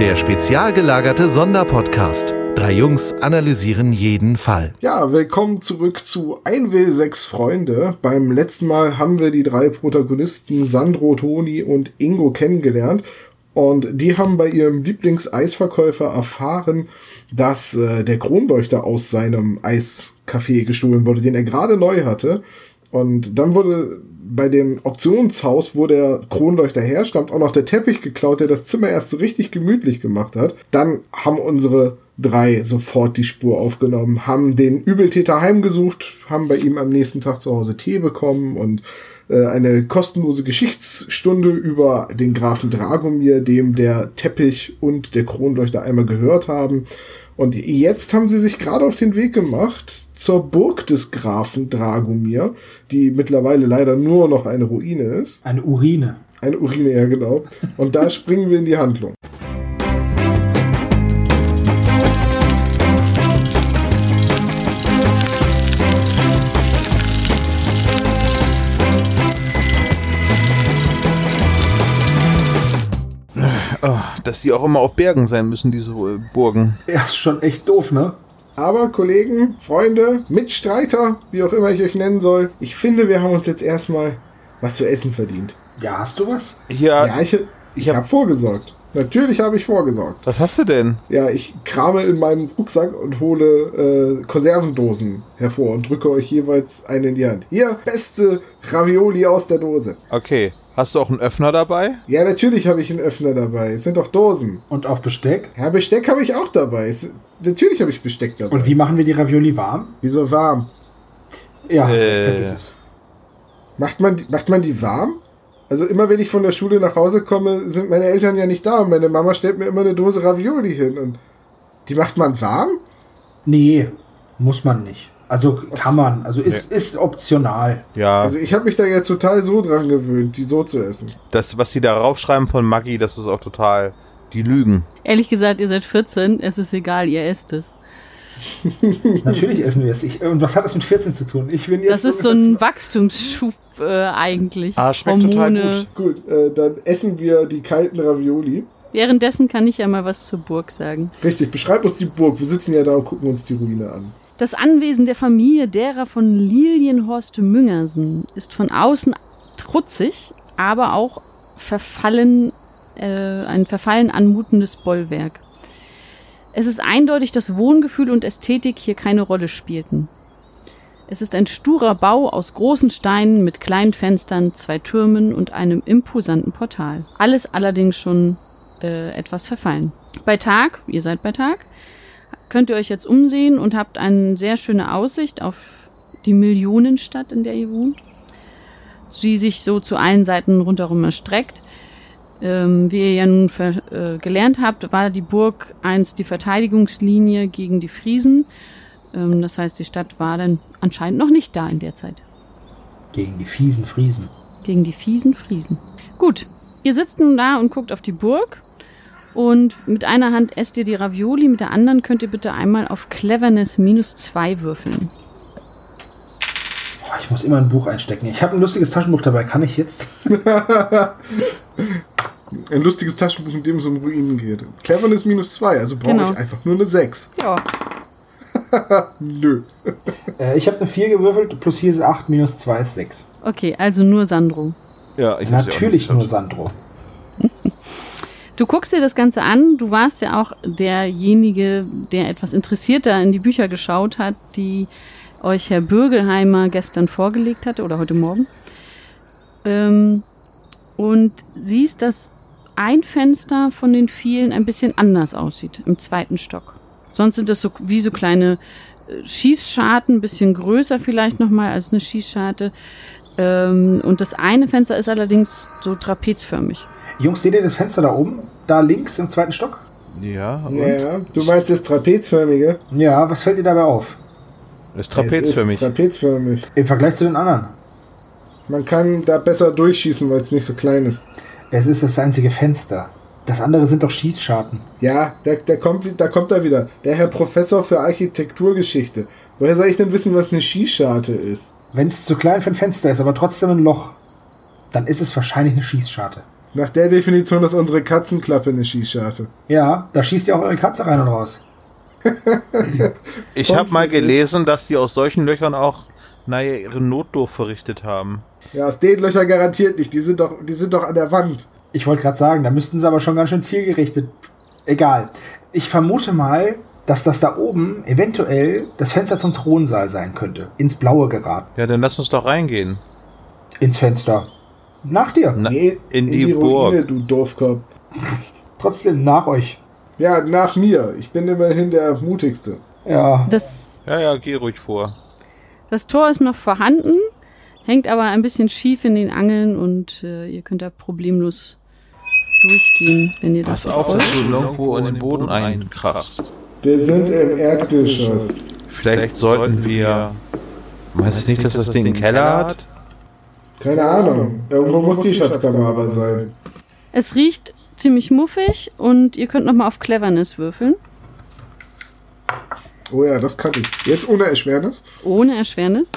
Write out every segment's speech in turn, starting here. Der spezial gelagerte Sonderpodcast. Drei Jungs analysieren jeden Fall. Ja, willkommen zurück zu 1W6 Freunde. Beim letzten Mal haben wir die drei Protagonisten Sandro, Toni und Ingo kennengelernt. Und die haben bei ihrem Lieblingseisverkäufer erfahren, dass äh, der Kronleuchter aus seinem Eiscafé gestohlen wurde, den er gerade neu hatte. Und dann wurde bei dem Auktionshaus, wo der Kronleuchter herstammt, auch noch der Teppich geklaut, der das Zimmer erst so richtig gemütlich gemacht hat. Dann haben unsere drei sofort die Spur aufgenommen, haben den Übeltäter heimgesucht, haben bei ihm am nächsten Tag zu Hause Tee bekommen und äh, eine kostenlose Geschichtsstunde über den Grafen Dragomir, dem der Teppich und der Kronleuchter einmal gehört haben. Und jetzt haben sie sich gerade auf den Weg gemacht zur Burg des Grafen Dragomir, die mittlerweile leider nur noch eine Ruine ist. Eine Urine. Eine Urine, ja genau. Und da springen wir in die Handlung. Ah, dass die auch immer auf Bergen sein müssen, diese äh, Burgen. Ja, ist schon echt doof, ne? Aber Kollegen, Freunde, Mitstreiter, wie auch immer ich euch nennen soll, ich finde, wir haben uns jetzt erstmal was zu essen verdient. Ja, hast du was? Ja, Ja, ich, ich ich hab- habe vorgesorgt. Natürlich habe ich vorgesorgt. was hast du denn? Ja, ich krame in meinem Rucksack und hole äh, Konservendosen hervor und drücke euch jeweils eine in die Hand. Hier, beste Ravioli aus der Dose. Okay, hast du auch einen Öffner dabei? Ja, natürlich habe ich einen Öffner dabei. Es sind doch Dosen. Und auch Besteck? Ja, Besteck habe ich auch dabei. Es, natürlich habe ich Besteck dabei. Und wie machen wir die Ravioli warm? Wieso warm? Ja, hast Äh. recht, vergiss es. Macht man, die- macht man die warm? Also immer wenn ich von der Schule nach Hause komme, sind meine Eltern ja nicht da und meine Mama stellt mir immer eine Dose Ravioli hin und die macht man warm? Nee, muss man nicht. Also kann man. Also ist, ist optional. Ja, Also ich habe mich da jetzt total so dran gewöhnt, die so zu essen. das, was die da raufschreiben von Maggi, das ist auch total. Die lügen. Ehrlich gesagt, ihr seid 14, es ist egal, ihr esst es. Natürlich essen wir es. Ich, und was hat das mit 14 zu tun? Ich bin jetzt Das ist so ein Wachstumsschub äh, eigentlich. Ah, schmeckt total Mhm. gut. Gut, äh, dann essen wir die kalten Ravioli. Währenddessen kann ich ja mal was zur Burg sagen. Richtig, beschreib uns die Burg. Wir sitzen ja da und gucken uns die Ruine an. Das Anwesen der Familie derer von Lilienhorst Müngersen ist von außen trutzig, aber auch verfallen, äh, ein verfallen anmutendes Bollwerk. Es ist eindeutig, dass Wohngefühl und Ästhetik hier keine Rolle spielten. Es ist ein sturer Bau aus großen Steinen mit kleinen Fenstern, zwei Türmen und einem imposanten Portal. Alles allerdings schon äh, etwas verfallen. Bei Tag, ihr seid bei Tag, könnt ihr euch jetzt umsehen und habt eine sehr schöne Aussicht auf die Millionenstadt, in der ihr wohnt, die sich so zu allen Seiten rundherum erstreckt. Ähm, wie ihr ja nun ver äh, gelernt habt, war die Burg einst die Verteidigungslinie gegen die Friesen. Ähm, das heißt, die Stadt war dann anscheinend noch nicht da in der Zeit. Gegen die fiesen Friesen. Gegen die fiesen Friesen. Gut, ihr sitzt nun da und guckt auf die Burg. Und mit einer Hand esst ihr die Ravioli, mit der anderen könnt ihr bitte einmal auf Cleverness minus zwei würfeln. Boah, ich muss immer ein Buch einstecken. Ich habe ein lustiges Taschenbuch dabei. Kann ich jetzt? Ein lustiges Taschenbuch, in dem es um Ruinen geht. Cleverness minus zwei, also brauche Genau. ich einfach nur eine sechs. Ja. Nö. Äh, ich habe eine 4 gewürfelt. Plus 4 ist 8, minus 2 ist 6. Okay, also nur Sandro. Ja, ich hab's ja auch Natürlich nicht nur gehabt. Sandro. Du guckst dir das Ganze an. Du warst ja auch derjenige, der etwas interessierter in die Bücher geschaut hat, die euch Herr Bürgelheimer gestern vorgelegt hatte oder heute Morgen. Ähm, und siehst, dass ein Fenster von den vielen ein bisschen anders aussieht, im zweiten Stock. Sonst sind das so wie so kleine äh, Schießscharten, ein bisschen größer vielleicht nochmal als eine Schießscharte. Ähm, und das eine Fenster ist allerdings so trapezförmig. Jungs, seht ihr das Fenster da oben? Da links im zweiten Stock? Ja, und? Ja, du meinst das trapezförmige? Ja, was fällt dir dabei auf? Das ist es ist trapezförmig. trapezförmig. Im Vergleich zu den anderen. Man kann da besser durchschießen, weil es nicht so klein ist. Es ist das einzige Fenster. Das andere sind doch Schießscharten. Ja, da, da, kommt, wi- da kommt er wieder. Der Herr Professor für Architekturgeschichte. Woher soll ich denn wissen, was eine Skischarte ist? Wenn es zu klein für ein Fenster ist, aber trotzdem ein Loch, dann ist es wahrscheinlich eine Schießscharte. Nach der Definition ist unsere Katzenklappe eine Schießscharte. Ja, da schießt ihr auch eure Katze rein und raus. Ich habe mal gelesen, dass die aus solchen Löchern auch, naja, ihre Notdurft verrichtet haben. Ja, aus den Löchern garantiert nicht. Die sind doch, die sind doch an der Wand. Ich wollte gerade sagen, da müssten sie aber schon ganz schön zielgerichtet. Egal. Ich vermute mal, dass das da oben eventuell das Fenster zum Thronsaal sein könnte. Ins Blaue geraten. Ja, dann lass uns doch reingehen. Ins Fenster. Nach dir. Na, Nee, in, die, Burg. du Dorfkopf. Trotzdem nach euch. Ja, nach mir. Ich bin immerhin der mutigste. Ja. Das Ja, ja, geh ruhig vor. Das Tor ist noch vorhanden, hängt aber ein bisschen schief in den Angeln und äh, ihr könnt da problemlos durchgehen, wenn ihr das Pass auf, wollt. dass du irgendwo in den Boden einkratzt. Wir sind im Erdgeschoss. Vielleicht sollten wir. Weiß ich nicht, dass das Ding einen Keller hat? Keine Ahnung. genau. Irgendwo muss die Schatzkammer aber sein. Es riecht ziemlich muffig und ihr könnt nochmal auf Cleverness würfeln. Oh ja, das kann ich. Jetzt ohne Erschwernis. Ohne Erschwernis.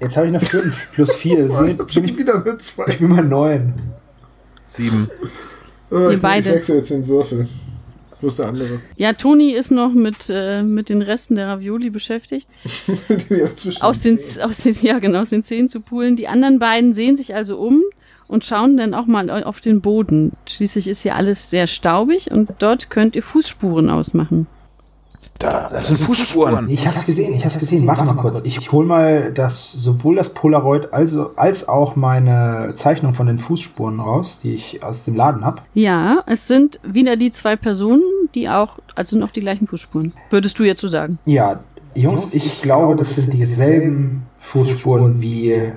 Jetzt habe ich eine 5 plus 4. Schon wieder eine 2. Ich bin mal 9. Sieben. Äh, ich, beide. ich wechsle jetzt den Würfel. Wo ist der andere? Ja, Toni ist noch mit, äh, mit den Resten der Ravioli beschäftigt. Die haben zwischen Aus den, Zehen. aus den, ja, genau, aus den Zehen zu pulen. Die anderen beiden sehen sich also um und schauen dann auch mal auf den Boden. Schließlich ist hier alles sehr staubig und dort könnt ihr Fußspuren ausmachen. Da, das sind Fußspuren. Ich hab's gesehen, ich hab's gesehen. Warte mal kurz. Ich hol mal das, sowohl das Polaroid als, als auch meine Zeichnung von den Fußspuren raus, die ich aus dem Laden habe. Ja, es sind wieder die zwei Personen, die auch, also sind auch die gleichen Fußspuren. Würdest du jetzt so sagen? Ja, Jungs, ich glaube, das sind dieselben Fußspuren wie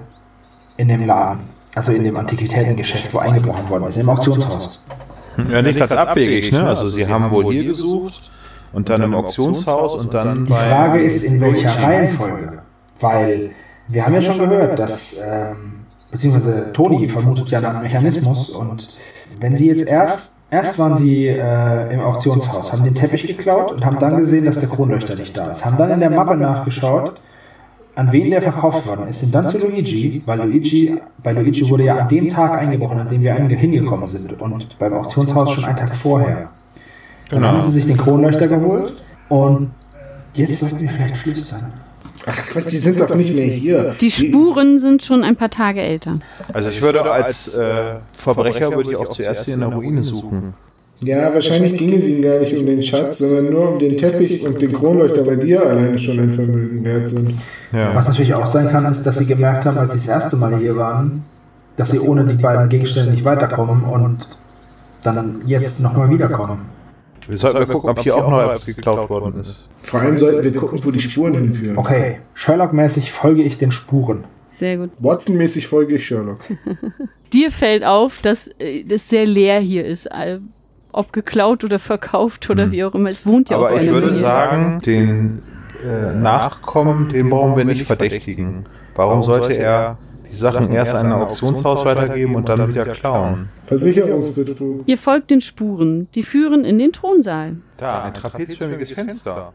in dem Laden. Also in dem Antiquitätengeschäft, wo eingebrochen worden ist, im Auktionshaus. Ja, nicht ganz abwegig, ne? Also sie haben wohl hier gesucht und dann im Auktionshaus und dann Die bei. Frage ist, in welcher Reihenfolge? Weil wir haben ja schon gehört, dass, ähm, beziehungsweise Toni vermutet ja dann einen Mechanismus und wenn sie jetzt erst, erst waren sie äh, im Auktionshaus, haben den Teppich geklaut und haben dann gesehen, dass der Kronleuchter nicht da ist, haben dann in der Mappe nachgeschaut, an wen der verkauft worden ist, sind dann zu Luigi, weil Luigi, bei Luigi wurde ja an dem Tag eingebrochen, an dem wir ange- hingekommen sind und beim Auktionshaus schon einen Tag vorher. Dann Genau. haben sie sich den Kronleuchter geholt und jetzt sollten wir vielleicht flüstern. Ach Quatsch, die sind doch nicht mehr hier. Die Spuren sind schon ein paar Tage älter. Also ich würde als äh, Verbrecher würde ich auch zuerst hier in der Ruine suchen. Ja, wahrscheinlich ging es ihnen gar nicht um den Schatz, sondern nur um den Teppich und den Kronleuchter, bei dir alleine schon ein Vermögen wert sind. Ja. Was natürlich auch sein kann, ist, dass sie gemerkt haben, als sie das erste Mal hier waren, dass sie ohne die beiden Gegenstände nicht weiterkommen und dann jetzt nochmal wiederkommen. Wir sollten mal gucken, ob hier auch noch etwas geklaut worden ist. Vor allem sollten wir gucken, wo die Spuren hinführen. Okay, Sherlock-mäßig folge ich den Spuren. Sehr gut. Watson-mäßig folge ich Sherlock. Dir fällt auf, dass äh, das sehr leer hier ist. Äh, Ob geklaut oder verkauft oder wie auch immer. Es wohnt ja Hm. auch Aber ich keiner mehr würde hier. sagen, den äh, Nachkommen, den brauchen wir nicht verdächtigen. Warum sollte er die Sachen erst an ein Auktionshaus weitergeben und dann wieder klauen? Versicherungsbetrug. Ihr folgt den Spuren. Die führen in den Thronsaal. Da, ein trapezförmiges Fenster.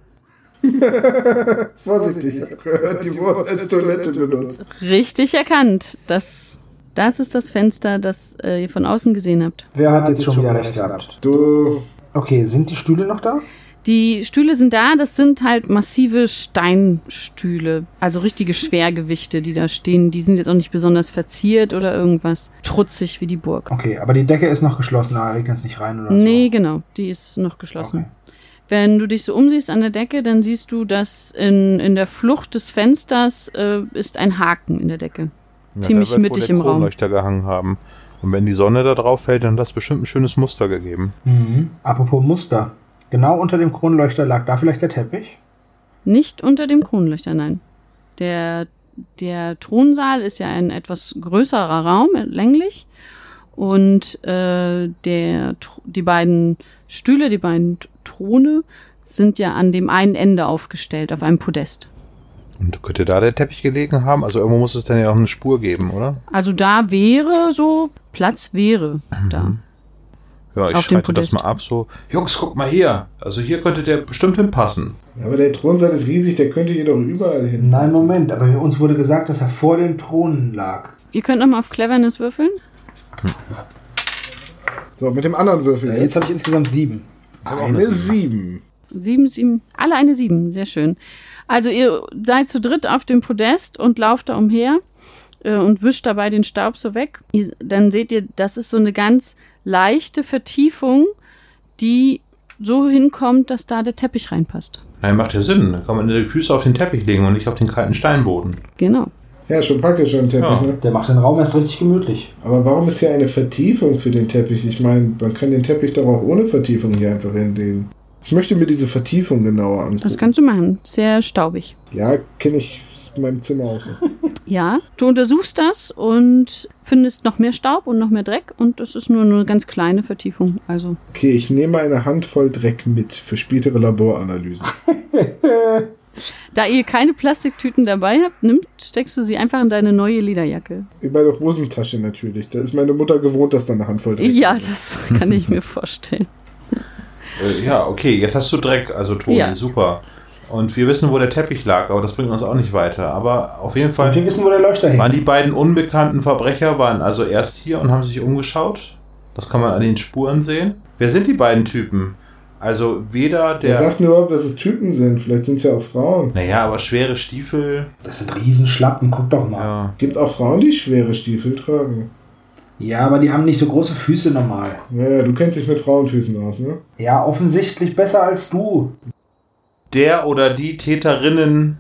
Vorsichtig, ich habe gehört, die wurden als Toilette benutzt. Richtig erkannt. Das, das ist das Fenster, das äh, ihr von außen gesehen habt. Wer hat jetzt schon wieder recht gehabt? Du, Okay, sind die Stühle noch da? Die Stühle sind da, das sind halt massive Steinstühle, also richtige Schwergewichte, die da stehen. Die sind jetzt auch nicht besonders verziert oder irgendwas trutzig wie die Burg. Okay, aber die Decke ist noch geschlossen, da regnet es nicht rein oder so. Nee, genau, die ist noch geschlossen. Okay. Wenn du dich so umsiehst an der Decke, dann siehst du, dass in, in der Flucht des Fensters äh, ist ein Haken in der Decke. Ja, Ziemlich da wird wohl mittig der im Raum. Kronleuchter gehangen haben. Und wenn die Sonne da drauf fällt, dann hat das bestimmt ein schönes Muster gegeben. Mhm. Apropos Muster. Genau unter dem Kronleuchter lag da vielleicht der Teppich? Nicht unter dem Kronleuchter, nein. Der, der Thronsaal ist ja ein etwas größerer Raum, äh, länglich. Und äh, der, Thr- die beiden Stühle, die beiden T- Throne sind ja an dem einen Ende aufgestellt, auf einem Podest. Und könnte da der Teppich gelegen haben? Also irgendwo muss es dann ja auch eine Spur geben, oder? Also da wäre so, Platz wäre da. Ja, ich Auf dem schreite das Podest. mal ab so. Jungs, guck mal hier. Also hier könnte der bestimmt hinpassen. aber der Thronsaal ist riesig, der könnte hier doch überall hin. Nein, Moment, aber uns wurde gesagt, dass er vor den Thronen lag. Ihr könnt nochmal auf Cleverness würfeln. So, mit dem anderen Würfel. Jetzt habe ich insgesamt sieben. Eine sieben. Sieben, sieben, alle eine sieben, sehr schön. Also ihr seid zu dritt auf dem Podest und lauft da umher äh, und wischt dabei den Staub so weg. Ihr, dann seht ihr, das ist so eine ganz leichte Vertiefung, die so hinkommt, dass da der Teppich reinpasst. Nein, macht ja Sinn. Da kann man die Füße auf den Teppich legen und nicht auf den kalten Steinboden. Genau. Ja, schon praktisch ein Teppich, Ja. ne? Der macht den Raum erst richtig gemütlich. Aber warum ist hier eine Vertiefung für den Teppich? Ich meine, man kann den Teppich doch auch ohne Vertiefung hier einfach hinlegen. Ich möchte mir diese Vertiefung genauer angucken. Das kannst du machen. Sehr staubig. ja, kenne ich aus meinem Zimmer aus. Ja, du untersuchst das und findest noch mehr Staub und noch mehr Dreck und es ist nur eine ganz kleine Vertiefung. Also Okay, ich nehme eine Handvoll Dreck mit für spätere Laboranalysen. Da ihr keine Plastiktüten dabei habt, nimmt, steckst du sie einfach in deine neue Lederjacke. In meine Hosentasche natürlich. Da ist meine Mutter gewohnt, dass da eine Handvoll Dreck Ja, ist. das kann ich mir vorstellen. Äh, ja, okay, jetzt hast du Dreck, also Toni, Ja. super. Und wir wissen, wo der Teppich lag, aber das bringt uns auch nicht weiter. Aber auf jeden Und wir Fall wissen, wo der Leuchter hängt. waren die beiden unbekannten Verbrecher, waren also erst hier und haben sich umgeschaut. Das kann man an den Spuren sehen. Wer sind die beiden Typen? Also Wer weder der... sagt denn überhaupt, dass es Typen sind? Vielleicht sind es ja auch Frauen. Naja, aber schwere Stiefel. Das sind Riesenschlappen, guck doch mal. Ja. Gibt auch Frauen, die schwere Stiefel tragen. Ja. aber die haben nicht so große Füße normal. Naja, du kennst dich mit Frauenfüßen aus, ne? Ja, offensichtlich besser als du. Der oder die Täterinnen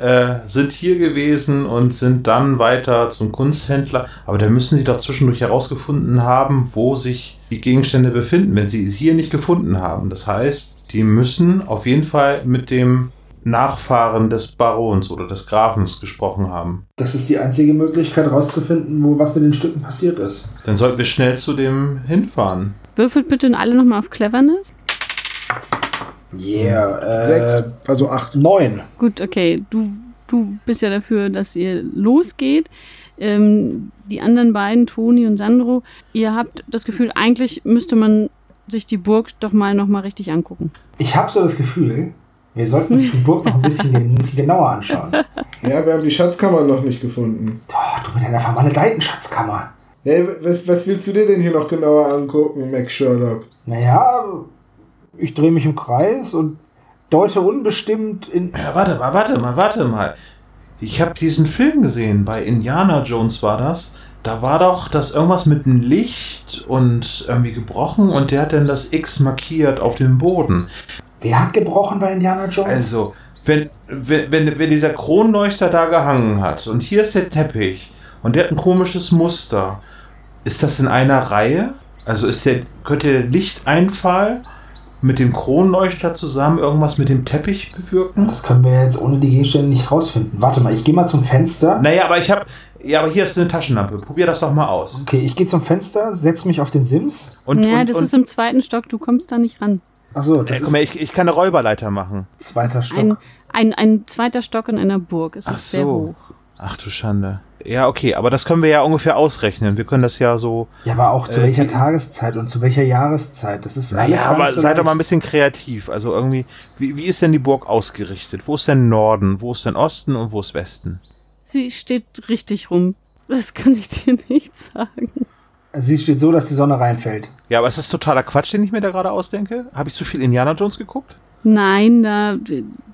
äh, sind hier gewesen und sind dann weiter zum Kunsthändler. Aber da müssen sie doch zwischendurch herausgefunden haben, wo sich die Gegenstände befinden, wenn sie es hier nicht gefunden haben. Das heißt, die müssen auf jeden Fall mit dem Nachfahren des Barons oder des Grafens gesprochen haben. Das ist die einzige Möglichkeit, rauszufinden, wo was mit den Stücken passiert ist. Dann sollten wir schnell zu dem hinfahren. Würfelt bitte alle nochmal auf Cleverness. Yeah. Äh, Sechs, also acht. Neun. Gut, okay, du, du bist ja dafür, dass ihr losgeht. Ähm, die anderen beiden, Toni und Sandro, ihr habt das Gefühl, eigentlich müsste man sich die Burg doch mal nochmal richtig angucken. Ich habe so das Gefühl, wir sollten uns die Burg noch ein bisschen gen genauer anschauen. Ja, wir haben die Schatzkammer noch nicht gefunden. Oh, du mit deiner vermaledeiten Schatzkammer. Hey, was, was willst du dir denn hier noch genauer angucken, Mac Sherlock? Naja, ich drehe mich im Kreis und deute unbestimmt in. Ja, warte mal, warte mal, warte mal. Ich habe diesen Film gesehen, bei Indiana Jones war das. Da war doch das irgendwas mit dem Licht und irgendwie gebrochen und der hat dann das X markiert auf dem Boden. Wer hat gebrochen bei Indiana Jones? Also, wenn, wenn, wenn, wenn dieser Kronleuchter da gehangen hat und hier ist der Teppich und der hat ein komisches Muster, ist das in einer Reihe? Also ist der, könnte der Lichteinfall mit dem Kronleuchter zusammen irgendwas mit dem Teppich bewirken? Das können wir jetzt ohne die Gegenstände nicht rausfinden. Warte mal, ich gehe mal zum Fenster. Naja, aber ich habe. Ja, aber hier ist eine Taschenlampe. Probier das doch mal aus. Okay, ich gehe zum Fenster, setze mich auf den Sims. Und, ja, und, das und, ist im zweiten Stock, du kommst da nicht ran. Achso, das Ey, komm her, ist ich, ich kann eine Räuberleiter machen. zweiter Ein, Stock. ein, ein zweiter Stock in einer Burg, es Ach ist sehr so. hoch. Ach du Schande. Ja, okay, aber das können wir ja ungefähr ausrechnen. Wir können das ja so. Ja, aber auch zu Äh, welcher Tageszeit und zu welcher Jahreszeit? Das ist alles. Ja, gar aber nicht so seid doch mal ein leicht. bisschen kreativ. Also irgendwie, wie, wie ist denn die Burg ausgerichtet? Wo ist denn Norden? Wo ist denn Osten und wo ist Westen? Sie steht richtig rum. Das kann ich dir nicht sagen. Also Sie steht so, dass die Sonne reinfällt. Ja, aber es ist totaler Quatsch, den ich mir da gerade ausdenke. Habe ich zu viel Indiana Jones geguckt? Nein, da,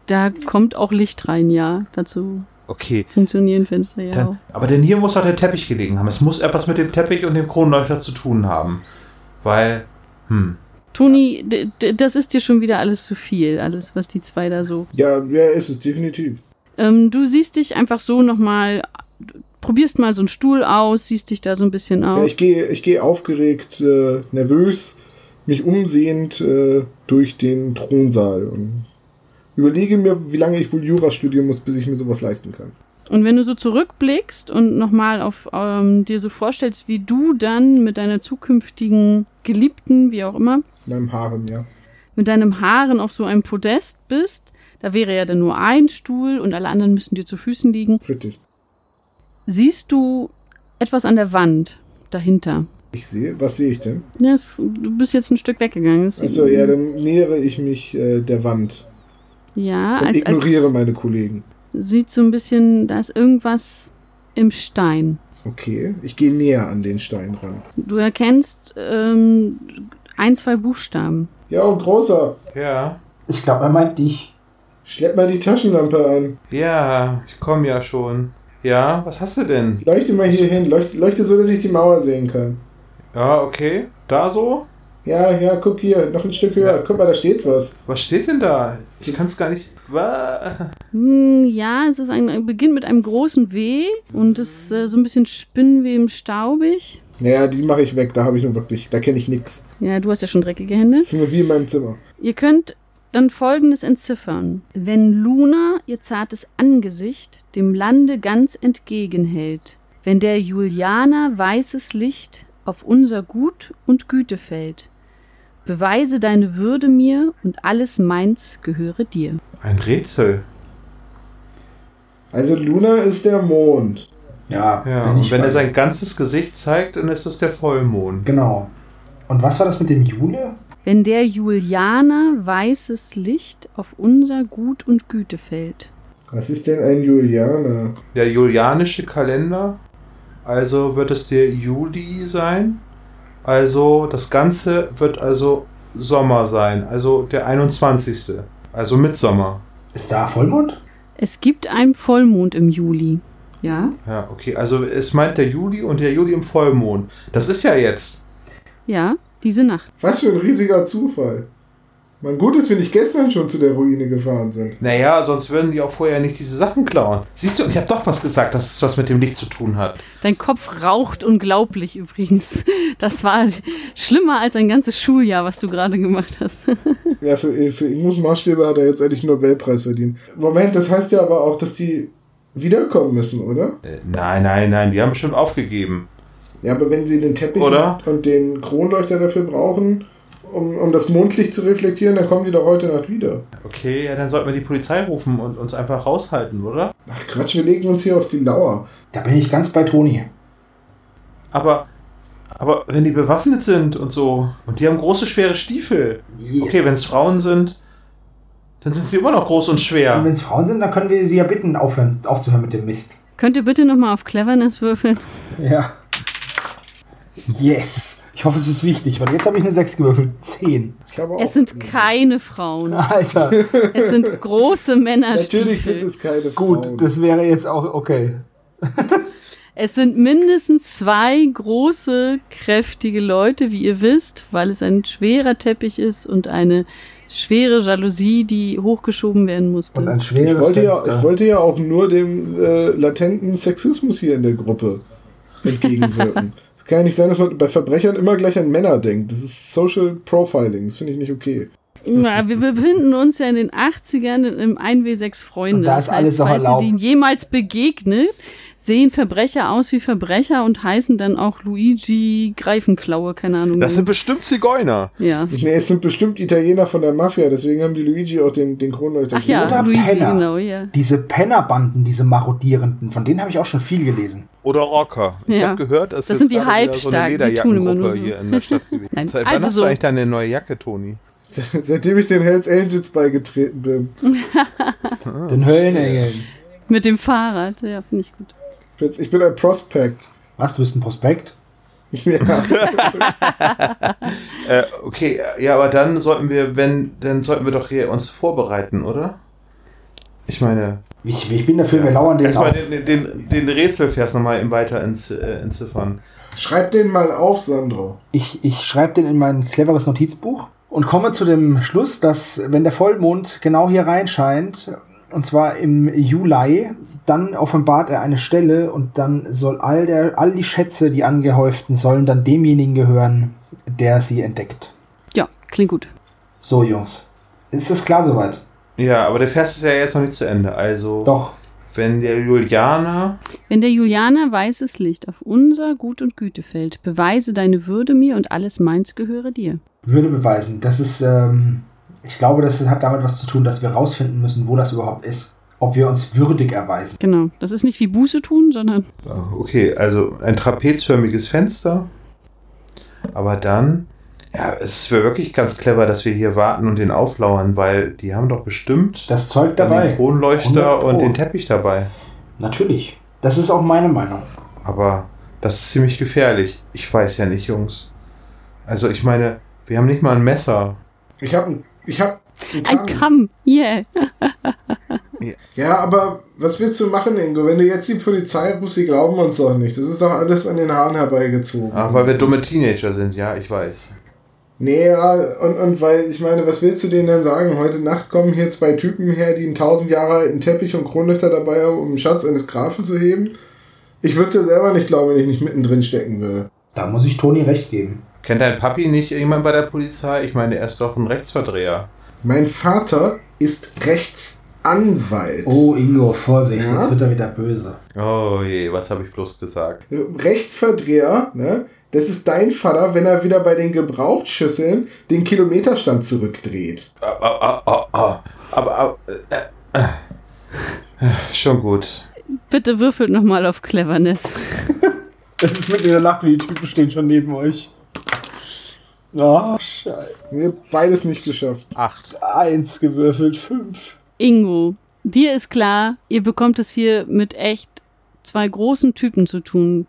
da kommt auch Licht rein, ja. Dazu Okay. funktionieren Fenster ja auch. Dann, aber denn hier muss doch der Teppich gelegen haben. Es muss etwas mit dem Teppich und dem Kronleuchter zu tun haben. Weil, hm. Toni, d- d- das ist dir schon wieder alles zu viel, alles, was die zwei da so. Ja, ja, ist es, definitiv. Ähm, du siehst dich einfach so nochmal, probierst mal so einen Stuhl aus, siehst dich da so ein bisschen Ja, auf. ich gehe ich gehe aufgeregt, äh, nervös, mich umsehend äh, durch den Thronsaal und überlege mir, wie lange ich wohl Jura studieren muss, bis ich mir sowas leisten kann. Und wenn du so zurückblickst und nochmal auf ähm, dir so vorstellst, wie du dann mit deiner zukünftigen Geliebten, wie auch immer, In meinem Haaren, ja. mit deinem Haaren auf so einem Podest bist, da wäre ja dann nur ein Stuhl und alle anderen müssen dir zu Füßen liegen, Richtig. siehst du etwas an der Wand dahinter. Ich sehe, was sehe ich denn? Ja, es- du bist jetzt ein Stück weggegangen. Es- Achso, ja, dann nähere ich mich äh, der Wand ja, und als, ignoriere als meine Kollegen. sieht so ein bisschen, da ist irgendwas im Stein. Okay, ich gehe näher an den Stein ran. Du erkennst ähm, ein, zwei Buchstaben. Ja, oh, großer, Ja. Ich glaube, er meint dich. schlepp mal die Taschenlampe an. Ja, ich komme ja schon. Ja, was hast du denn? Leuchte mal hier hin, leuchte, leuchte so, dass ich die Mauer sehen kann. Ja, okay. Da so? Ja, ja, guck hier, noch ein Stück höher. Guck mal, da steht was. Was steht denn da? Ich kann es gar nicht. Wa- Hm, ja, es ist ein, beginnt mit einem großen W und ist äh, so ein bisschen spinnenwebstaubig. Ja, die mache ich weg, da habe ich nun wirklich, da kenne ich nix. Ja, du hast ja schon dreckige Hände. Das ist nur wie in meinem Zimmer. Ihr könnt dann folgendes entziffern. Wenn Luna ihr zartes Angesicht dem Lande ganz entgegenhält, wenn der Julianer weißes Licht auf unser Gut und Güte fällt, beweise deine Würde mir und alles meins gehöre dir. Ein Rätsel. Also Luna ist der Mond. Ja, Ja, bin und wenn bei er dir. sein ganzes Gesicht zeigt, dann ist es der Vollmond. Genau. Und was war das mit dem Jule? Wenn der Julianer weißes Licht auf unser Gut und Güte fällt. Was ist denn ein Julianer? Der julianische Kalender, also wird es der Juli sein. Also das Ganze wird also Sommer sein, also der 21. Also Mitsommer. Ist da Vollmond? Es gibt einen Vollmond im Juli. Ja? Ja, okay, also es meint der Juli und der Juli im Vollmond. Das ist ja jetzt. Ja, diese Nacht. Was für ein riesiger Zufall. Mein Gut ist, wenn ich gestern schon zu der Ruine gefahren sind. Naja, sonst würden die auch vorher nicht diese Sachen klauen. Siehst du, ich habe doch was gesagt, dass es was mit dem Licht zu tun hat. Dein Kopf raucht unglaublich übrigens. Das war schlimmer als ein ganzes Schuljahr, was du gerade gemacht hast. Ja, für, für Ingos Maßstäbe hat er jetzt eigentlich einen Nobelpreis verdient. Moment, das heißt ja aber auch, dass die wiederkommen müssen, oder? Äh, nein, nein, nein, die haben bestimmt aufgegeben. Ja, aber wenn sie den Teppich Oder? und den Kronleuchter dafür brauchen, um, um das Mondlicht zu reflektieren, dann kommen die doch heute Nacht wieder. Okay, ja, dann sollten wir die Polizei rufen und uns einfach raushalten, oder? Ach Quatsch, wir legen uns hier auf die Lauer. Da bin ich ganz bei Toni. Aber, aber wenn die bewaffnet sind und so, und die haben große, schwere Stiefel. Okay, wenn es Frauen sind, dann sind sie immer noch groß und Und schwer. wenn es Frauen sind, dann können wir sie ja bitten, aufhören, aufzuhören mit dem Mist. Könnt ihr bitte nochmal auf Cleverness würfeln? Ja. Yes. Ich hoffe, es ist wichtig, weil jetzt habe ich eine 6 gewürfelt. 10. Ich habe auch Es sind keine Frauen. Alter. Es sind große Männerstiefel. Natürlich sind es keine Gut, Frauen. das wäre jetzt auch okay. Es sind mindestens zwei große, kräftige Leute, wie ihr wisst, weil es ein schwerer Teppich ist und eine schwere Jalousie, die hochgeschoben werden musste. Und ein schweres ich, wollte ja, Fenster. ich wollte ja auch nur dem äh, latenten Sexismus hier in der Gruppe entgegenwirken. es kann ja nicht sein, dass man bei Verbrechern immer gleich an Männer denkt. Das ist Social Profiling. Das finde ich nicht okay. Na, wir befinden uns ja in den 80ern im 1W6 Freunde. Und da ist alles noch falls ihr erlaubt. denen jemals begegnet, sehen Verbrecher aus wie Verbrecher und heißen dann auch Luigi Greifenklaue, keine Ahnung. bestimmt Zigeuner. ja. Nee, es sind bestimmt Italiener von der Mafia, deswegen haben die Luigi auch den, den Kronleuchter. Ach ja, Oder Luigi, Penner. genau, ja. Diese Pennerbanden, diese marodierenden, von denen habe ich auch schon viel gelesen. Oder Rocker. Ich Ja. hab habe gehört, es Das ist sind die gerade wieder so eine Halbstarken, die tun immer nur Lederjackengruppe hier so. in der Stadt gewesen. Nein, Seit wann also hast so. du eigentlich deine neue Jacke, Toni? Se- Seitdem ich den Hells Angels beigetreten bin, Den Höllenengeln. Mit dem Fahrrad, ja, finde ich gut. Jetzt- ich bin ein Prospect. Was, du bist ein Prospekt? Ja. Äh, okay, ja, aber dann sollten wir, wenn, dann sollten wir doch hier uns vorbereiten, oder? Ich meine, Ich, ich bin dafür, wir lauern den erstmal auf. den, den, den Rätselvers nochmal im weiter entz- äh, entziffern. Schreib den mal auf, Sandro. Ich, ich schreibe den in mein cleveres Notizbuch und komme zu dem Schluss, dass wenn der Vollmond genau hier reinscheint, und zwar im Juli, dann offenbart er eine Stelle und dann soll all, der, all die Schätze, die angehäuften, sollen dann demjenigen gehören, der sie entdeckt. Ja, klingt gut. So, Jungs. Ist das klar soweit? Ja, aber der Vers ist ja jetzt noch nicht zu Ende. Also, Doch. wenn der Julianer. Wenn der Julianer weißes Licht auf unser Gut und Güte fällt, beweise deine Würde mir und alles meins gehöre dir. Würde beweisen. Das ist, ähm, ich glaube, das hat damit was zu tun, dass wir rausfinden müssen, wo das überhaupt ist. Ob wir uns würdig erweisen. Genau. Das ist nicht wie Buße tun, sondern äh, Okay, also ein trapezförmiges Fenster. Aber dann. Ja, es wäre wirklich ganz clever, dass wir hier warten und den auflauern, weil die haben doch bestimmt Das Zeug dann dabei. den Kronleuchter 100 Pro. und den Teppich dabei. Natürlich. Das ist auch meine Meinung. Aber Das ist ziemlich gefährlich. Ich weiß ja nicht, Jungs. Also ich meine, wir haben nicht mal ein Messer. Ich habe ein, ich hab einen Ein Kamm, yeah. Ja, aber was willst du machen, Ingo? Wenn du jetzt die Polizei rufst, sie glauben uns doch nicht. Das ist doch alles an den Haaren herbeigezogen. Ach, weil wir dumme Teenager sind, ja, ich weiß. Nee, ja, und, und weil, ich meine, was willst du denen dann sagen? Heute Nacht kommen hier zwei Typen her, die einen tausend Jahre alten Teppich und Kronleuchter dabei haben, um den Schatz eines Grafen zu heben? Ich würde es ja selber nicht glauben, wenn ich nicht mittendrin stecken würde. Da muss ich Toni recht geben. Kennt dein Papi nicht jemand bei der Polizei? Ich meine, er ist doch ein Rechtsverdreher. Mein Vater ist Rechtsanwalt. Oh, Ingo, Vorsicht, Ja? jetzt wird er wieder böse. Oh je, was habe ich bloß gesagt? Rechtsverdreher, ne? Das ist dein Vater, wenn er wieder bei den Gebrauchtschüsseln den Kilometerstand zurückdreht. Ah, ah, ah, ah, ah. Aber, aber äh, äh, äh, schon gut. Bitte würfelt nochmal auf Cleverness. Es ist mitten in der Nacht und die Typen stehen schon neben euch. Ah, scheiße. Mir beides nicht geschafft. Acht. Eins gewürfelt, fünf. Ingo, dir ist klar, ihr bekommt es hier mit echt zwei großen Typen zu tun.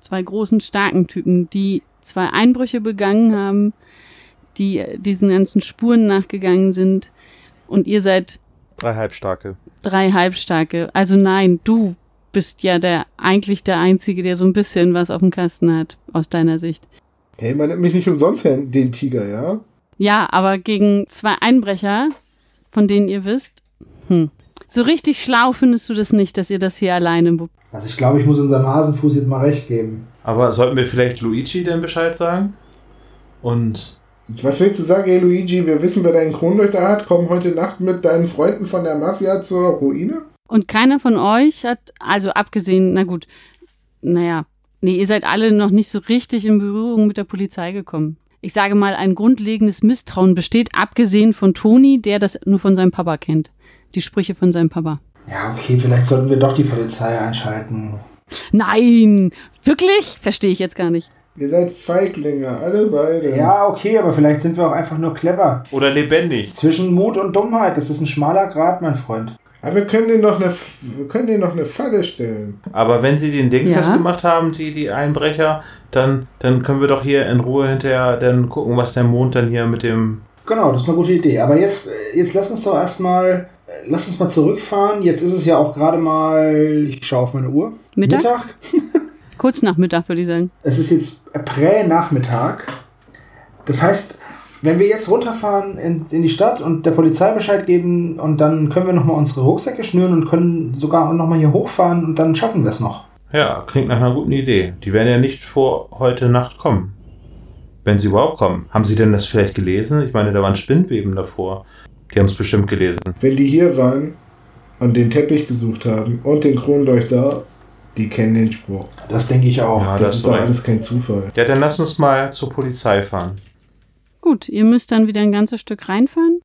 Zwei großen, starken Typen, die zwei Einbrüche begangen haben, die diesen ganzen Spuren nachgegangen sind. Und ihr seid Drei halbstarke. drei Halbstarke. Also nein, du bist ja der eigentlich der Einzige, der so ein bisschen was auf dem Kasten hat, aus deiner Sicht. Hey, man nennt mich nicht umsonst Herrn- den Tiger, ja? Ja, aber gegen zwei Einbrecher, von denen ihr wisst, hm. So richtig schlau findest du das nicht, dass ihr das hier alleine be- Also ich glaube, ich muss unserem Hasenfuß jetzt mal recht geben. Aber sollten wir vielleicht Luigi denn Bescheid sagen? Und Was willst du sagen, hey Luigi? Wir wissen, wer deinen Kronleuchter hat. Komm heute Nacht mit deinen Freunden von der Mafia zur Ruine? Und keiner von euch hat, also abgesehen, na gut, naja, nee, ihr seid alle noch nicht so richtig in Berührung mit der Polizei gekommen. Ich sage mal, ein grundlegendes Misstrauen besteht, abgesehen von Toni, der das nur von seinem Papa kennt. Die Sprüche von seinem Papa. Ja, okay, vielleicht sollten wir doch die Polizei einschalten. Nein! Wirklich? Verstehe ich jetzt gar nicht. Ihr seid Feiglinge, alle beide. Ja, okay, aber vielleicht sind wir auch einfach nur clever. oder lebendig. Zwischen Mut und Dummheit, das ist ein schmaler Grat, mein Freund. Aber wir können denen noch eine, F- wir können denen noch eine Falle stellen. Aber wenn sie den Ding Ja. festgemacht haben, die, die Einbrecher, dann, dann können wir doch hier in Ruhe hinterher dann gucken, was der Mond dann hier mit dem. Genau, das ist eine gute Idee. Aber jetzt, äh, jetzt lass uns doch erstmal, äh, lass uns mal zurückfahren. Jetzt ist es ja auch gerade mal, ich schaue auf meine Uhr. Mittag? Mittag. Kurz nach Mittag, würde ich sagen. Es ist jetzt Prä-Nachmittag. Das heißt, wenn wir jetzt runterfahren in, in die Stadt und der Polizei Bescheid geben und dann können wir nochmal unsere Rucksäcke schnüren und können sogar nochmal hier hochfahren und dann schaffen wir es noch. Ja, klingt nach einer guten Idee. Die werden ja nicht vor heute Nacht kommen. Wenn sie überhaupt kommen. Haben sie denn das vielleicht gelesen? Ich meine, da waren Spinnweben davor. Die haben es bestimmt gelesen. Wenn die hier waren und den Teppich gesucht haben und den Kronleuchter, die kennen den Spruch. Das denke ich auch. Ja, das, ist doch recht. alles kein Zufall. Ja, dann lass uns mal zur Polizei fahren. Gut, ihr müsst dann wieder ein ganzes Stück reinfahren.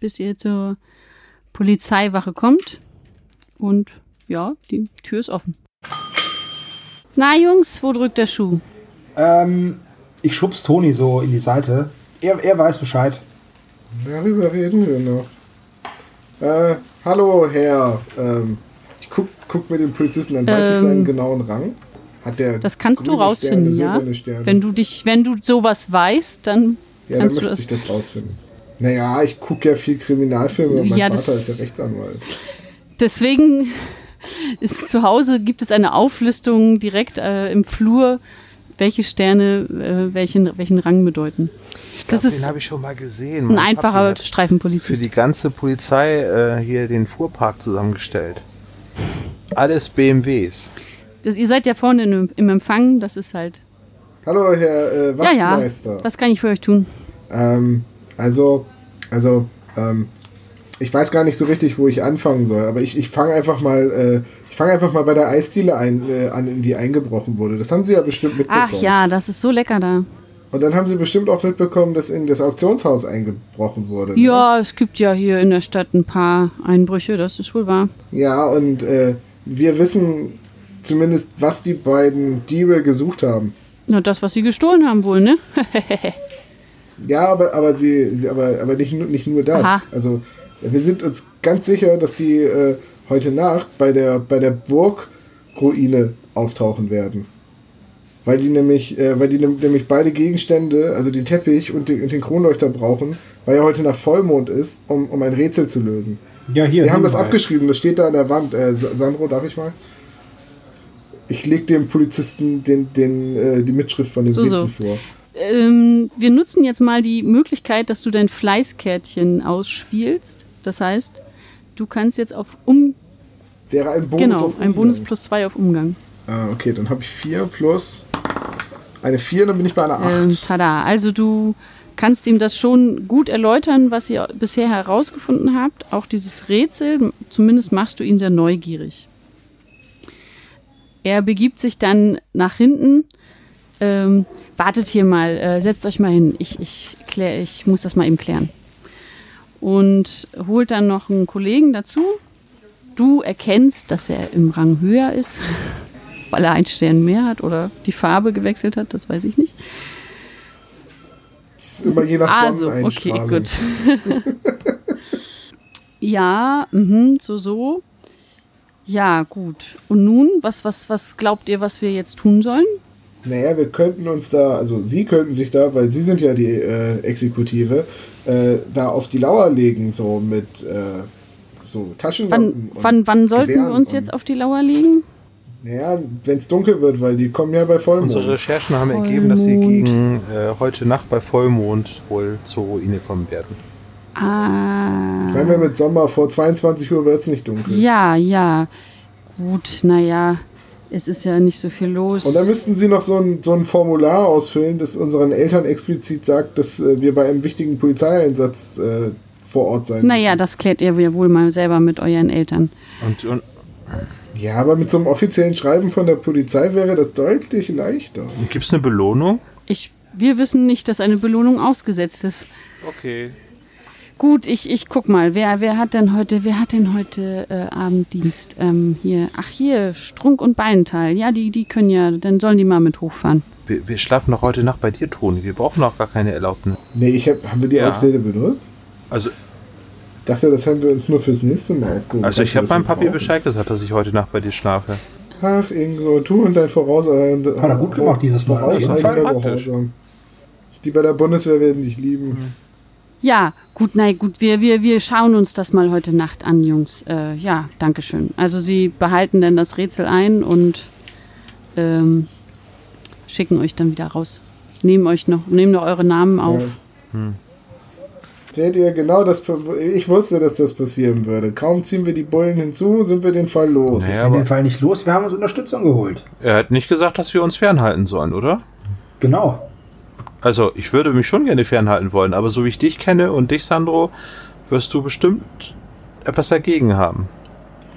Bis ihr zur Polizeiwache kommt. Und ja, die Tür ist offen. Na Jungs, wo drückt der Schuh? Ähm, ich schub's Toni so in die Seite. Er, er weiß Bescheid. Darüber reden wir noch. Äh, hallo, Herr. Ähm, ich guck, guck mir den Polizisten an. Weiß ich Ähm, seinen genauen Rang? Hat der Das kannst du grüne rausfinden, Sterne, ja. silberne Sterne? Wenn du dich, wenn du sowas weißt, dann ja, dann kannst du möchte das. ich das rausfinden. Naja, ich gucke ja viel Kriminalfilme. und Mein Ja, Vater das- ist ja Rechtsanwalt. Deswegen ist zu Hause gibt es eine Auflistung direkt äh, im Flur, welche Sterne äh, welchen, welchen Rang bedeuten. das ist ich schon mal gesehen. ein einfacher Streifenpolizist. ganze Polizei äh, hier den Fuhrpark zusammengestellt. Alles BMWs. Das, ihr seid ja vorne im, im Empfang, das ist halt. Hallo, Herr äh, Ja, ja. Wachtmeister. Was kann ich für euch tun? Ähm, also, also, ähm, ich weiß gar nicht so richtig, wo ich anfangen soll, aber ich, ich fange einfach mal, äh, ich fange einfach mal bei der Eisdiele ein, äh, an, in die eingebrochen wurde. Das haben sie ja bestimmt mitbekommen. Ach ja, das ist so lecker da. Und dann haben sie bestimmt auch mitbekommen, dass in das Auktionshaus eingebrochen wurde. ne? Ja, es gibt ja hier in der Stadt ein paar Einbrüche, das ist wohl wahr. Ja, und äh, wir wissen zumindest, was die beiden Diebe gesucht haben. Na, das, was sie gestohlen haben wohl, ne? Ja, aber, aber, sie, sie, aber, aber nicht, nur- nicht nur das. Aha. Also, wir sind uns ganz sicher, dass die äh, heute Nacht bei der, bei der Burgruine auftauchen werden. Weil die nämlich, äh, weil die nem- nämlich beide Gegenstände, also den Teppich und den, und den Kronleuchter brauchen, weil ja heute Nacht Vollmond ist, um, um ein Rätsel zu lösen. Ja, hier. Wir haben das Hinweis. abgeschrieben, das steht da an der Wand. Äh, Sa- Sandro, darf ich mal? Ich leg dem Polizisten den, den, äh, die Mitschrift von dem So, Rätsel so. vor. ähm, wir nutzen jetzt mal die Möglichkeit, dass du dein Fleißkärtchen ausspielst. Das heißt, du kannst jetzt auf Um... Wäre ein Bonus genau, auf ein Bonus Umgang. plus zwei auf Umgang. Ah, okay, dann habe ich 4 plus eine 4, dann bin ich bei einer 8. Ähm, tada. Also du kannst ihm das schon gut erläutern, was ihr bisher herausgefunden habt. Auch dieses Rätsel, zumindest machst du ihn sehr neugierig. Er begibt sich dann nach hinten. Ähm, wartet hier mal, äh, setzt euch mal hin. Ich, ich, klär, ich muss das mal eben klären. Und holt dann noch einen Kollegen dazu. Du erkennst, dass er im Rang höher ist, weil er einen Stern mehr hat oder die Farbe gewechselt hat, das weiß ich nicht. Das ist immer je nach Also, okay, Sonneneinstrahlung. gut. ja, mhm, so, so. Ja, gut. Und nun, was, was, was glaubt ihr, was wir jetzt tun sollen? Naja, wir könnten uns da, also Sie könnten sich da, weil Sie sind ja die äh, Exekutive, äh, da auf die Lauer legen, so mit äh, so Taschenlampen. Wann, wann, wann sollten wir Gewehren uns und- jetzt auf die Lauer legen? Naja, wenn es dunkel wird, weil die kommen ja bei Vollmond. Unsere Recherchen haben ergeben, dass sie gegen äh, heute Nacht bei Vollmond wohl zur Ruine kommen werden. Ah. Wenn wir mit Sommer vor 22 Uhr wird es nicht dunkel. Ja, ja. Gut, naja. Es ist ja nicht so viel los. Und dann müssten Sie noch so ein, so ein Formular ausfüllen, das unseren Eltern explizit sagt, dass äh, wir bei einem wichtigen Polizeieinsatz äh, vor Ort sein Naja, das klärt ihr ja wohl mal selber mit euren Eltern. Und, und Ja, aber mit so einem offiziellen Schreiben von der Polizei wäre das deutlich leichter. gibt es eine Belohnung? Ich, wir wissen nicht, dass eine Belohnung ausgesetzt ist. Okay. Gut, ich, ich guck mal, wer, wer hat denn heute, wer hat denn heute äh, Abenddienst? Ähm, hier, ach hier, Strunk und Beintal. Ja, die, die können ja, dann sollen die mal mit hochfahren. Wir, wir schlafen noch heute Nacht bei dir, Toni. Wir brauchen auch gar keine Erlaubnis. Nee, ich hab, haben wir die Ja. Ausrede benutzt? Also, Dachte, das haben wir uns nur fürs nächste Mal aufgehoben. also ich Kannst du habe das meinem mit Papi brauchen? Bescheid gesagt, dass ich heute Nacht bei dir schlafe. Ach, Ingo, tu und dein Voraus. Hat Hat er gut gemacht dieses Mal. Auf jeden Fall Die bei der Bundeswehr werden dich lieben. Ja, gut, nein, gut, wir, wir, wir schauen uns das mal heute Nacht an, Jungs. Äh, ja, Dankeschön. Also sie behalten dann das Rätsel ein und ähm, schicken euch dann wieder raus. Nehmen euch noch, nehmen noch eure Namen auf. Ja. Seht ihr, genau das. Ich wusste, dass das passieren würde. Kaum ziehen wir die Bullen hinzu, sind wir den Fall los. Naja. Ist in aber- dem Fall nicht los. Wir haben uns Unterstützung geholt. Er hat nicht gesagt, dass wir uns fernhalten sollen, oder? Genau. Also, ich würde mich schon gerne fernhalten wollen, aber so wie ich dich kenne und dich, Sandro, wirst du bestimmt etwas dagegen haben.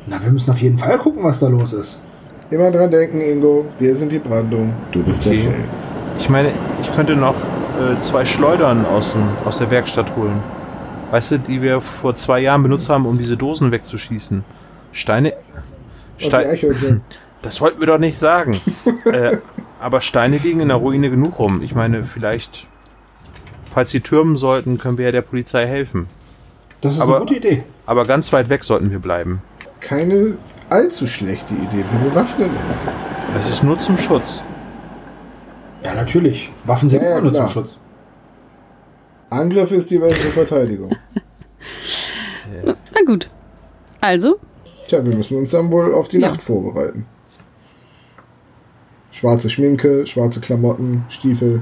Na, wir müssen auf jeden Fall gucken, was da los ist. Immer dran denken, Ingo. Wir sind die Brandung. Du bist Okay. der Fels. Ich meine, ich könnte noch äh, zwei Schleudern aus, dem, aus der Werkstatt holen. Weißt du, die wir vor zwei Jahren benutzt haben, um diese Dosen wegzuschießen. Steine. Und die Steine. Eichhörnchen. Das wollten wir doch nicht sagen. äh, aber Steine liegen in der Ruine genug rum. Ich meine, vielleicht, falls sie türmen sollten, können wir ja der Polizei helfen. Das ist Aber- eine gute Idee. Aber ganz weit weg sollten wir bleiben. Keine allzu schlechte Idee. Wir bewaffnen uns. Das ist nur zum Schutz. Ja, natürlich. Waffen sind Ja, ja, immer nur klar. zum Schutz. Angriff ist die beste Verteidigung. Na gut. Also, Tja, wir müssen uns dann wohl auf die Ja. Nacht vorbereiten. Schwarze Schminke, schwarze Klamotten, Stiefel,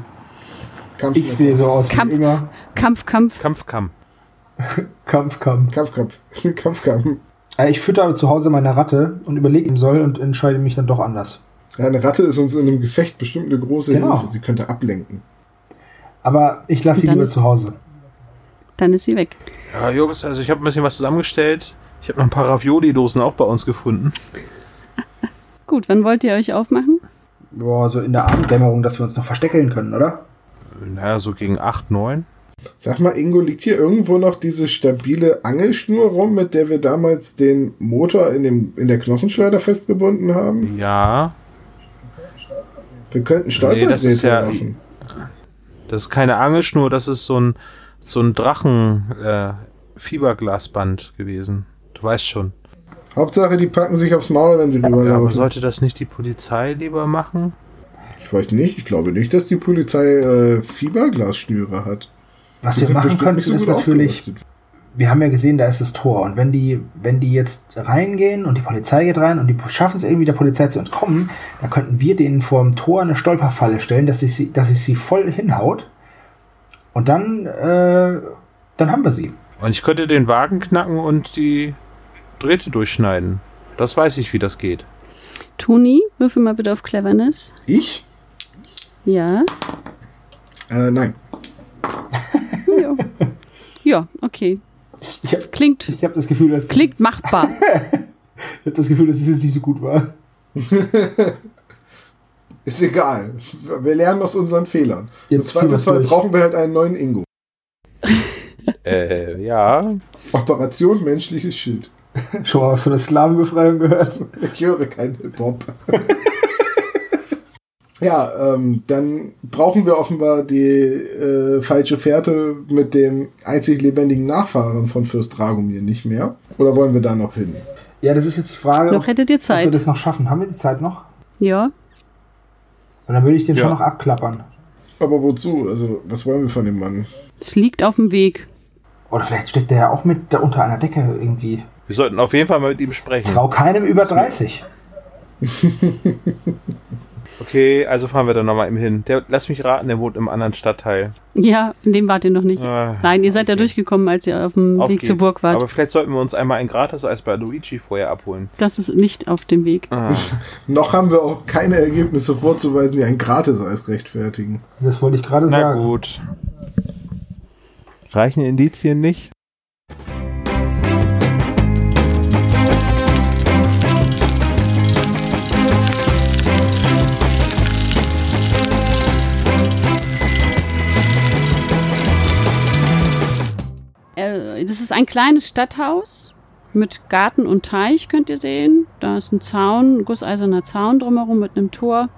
Ich Kampfmesser, sehe so aus Kampf- wie immer. Kampf, Kampf. Kampfkamm. Kampf, Kampf. Kampfkampf, Kampfkampf. Äh, Ich fütter zu Hause meine Ratte und überlege ihm soll und entscheide mich dann doch anders. Ja, eine Ratte ist uns in einem Gefecht bestimmt eine große Genau. Hilfe. Sie könnte ablenken. Aber ich lasse sie Dann- lieber zu Hause. Dann ist sie weg. Ja, Jungs, also ich habe ein bisschen was zusammengestellt. Ich habe noch ein paar Ravioli-Dosen auch bei uns gefunden. Gut, wann wollt ihr euch aufmachen? Boah, so in der Abenddämmerung, dass wir uns noch versteckeln können, oder? Naja, so gegen 8, 9. Sag mal, Ingo, liegt hier irgendwo noch diese stabile Angelschnur rum, mit der wir damals den Motor in, dem, in der Knochenschleuder festgebunden haben? Ja. Wir könnten Stolperdrähte Nee, das ist ja- machen. Das ist keine Angelschnur, das ist so ein, so ein Drachen-Fieberglasband gewesen. Du weißt schon. Hauptsache, die packen sich aufs Maul, wenn sie Ja, aber rüberlaufen. sollte das nicht die Polizei lieber machen? ich weiß nicht, ich glaube nicht, dass die Polizei äh, Fieberglasschnüre hat. Was Die wir sind machen bestimmt könnten, nicht so ist gut natürlich, ausgerüstet. wir haben ja gesehen, da ist das Tor. Und wenn die, wenn die jetzt reingehen und die Polizei geht rein und die schaffen es irgendwie der Polizei zu entkommen, dann könnten wir denen vor dem Tor eine Stolperfalle stellen, dass ich sie, dass ich sie voll hinhaut. Und dann, äh, dann haben wir sie. Und ich könnte den Wagen knacken und die Drähte durchschneiden. Das weiß ich, wie das geht. Toni, würfel mal bitte auf Cleverness. Ich? Ja. Äh, nein. Ja, ja okay. Ich habe Klingt, ich hab das Gefühl, dass klingt machbar. Ich habe das Gefühl, dass es jetzt nicht so gut war. Ist egal. Wir lernen aus unseren Fehlern. Jetzt ziehen Im Zweifelsfall wir's durch. brauchen wir halt einen neuen Ingo. Äh, ja. Operation menschliches Schild. Schon mal was von der Sklavenbefreiung gehört? Ich höre keinen Hip-Hop. ja, ähm, dann brauchen wir offenbar die äh, falsche Fährte mit dem einzig lebendigen Nachfahren von Fürst Dragomir nicht mehr. Oder wollen wir da noch hin? Ja, das ist jetzt die Frage, Noch hättet ihr ob wir Zeit. Also das noch schaffen. Haben wir die Zeit noch? Ja. Und dann würde ich den Ja. schon noch abklappern. Aber wozu? Also, was wollen wir von dem Mann? Es liegt auf dem Weg. Oder vielleicht steckt der ja auch mit da unter einer Decke irgendwie. Wir sollten auf jeden Fall mal mit ihm sprechen. Trau keinem über 30. Okay, also fahren wir dann nochmal ihm hin. Der, lass mich raten, der wohnt im anderen Stadtteil. Ja, in dem wart ihr noch nicht. Ah, Nein, ihr seid da okay. durchgekommen, als ihr auf dem Auf Weg geht's. zur Burg wart. Aber vielleicht sollten wir uns einmal ein Gratis-Eis bei Luigi vorher abholen. das ist nicht auf dem Weg. Ah. Noch haben wir auch keine Ergebnisse vorzuweisen, die ein Gratis-Eis rechtfertigen. Das wollte ich gerade Na sagen. gut. Reichen Indizien nicht? Äh, das ist ein kleines Stadthaus mit Garten und Teich, könnt ihr sehen. Da ist ein Zaun, ein gusseiserner Zaun drumherum mit einem Tor.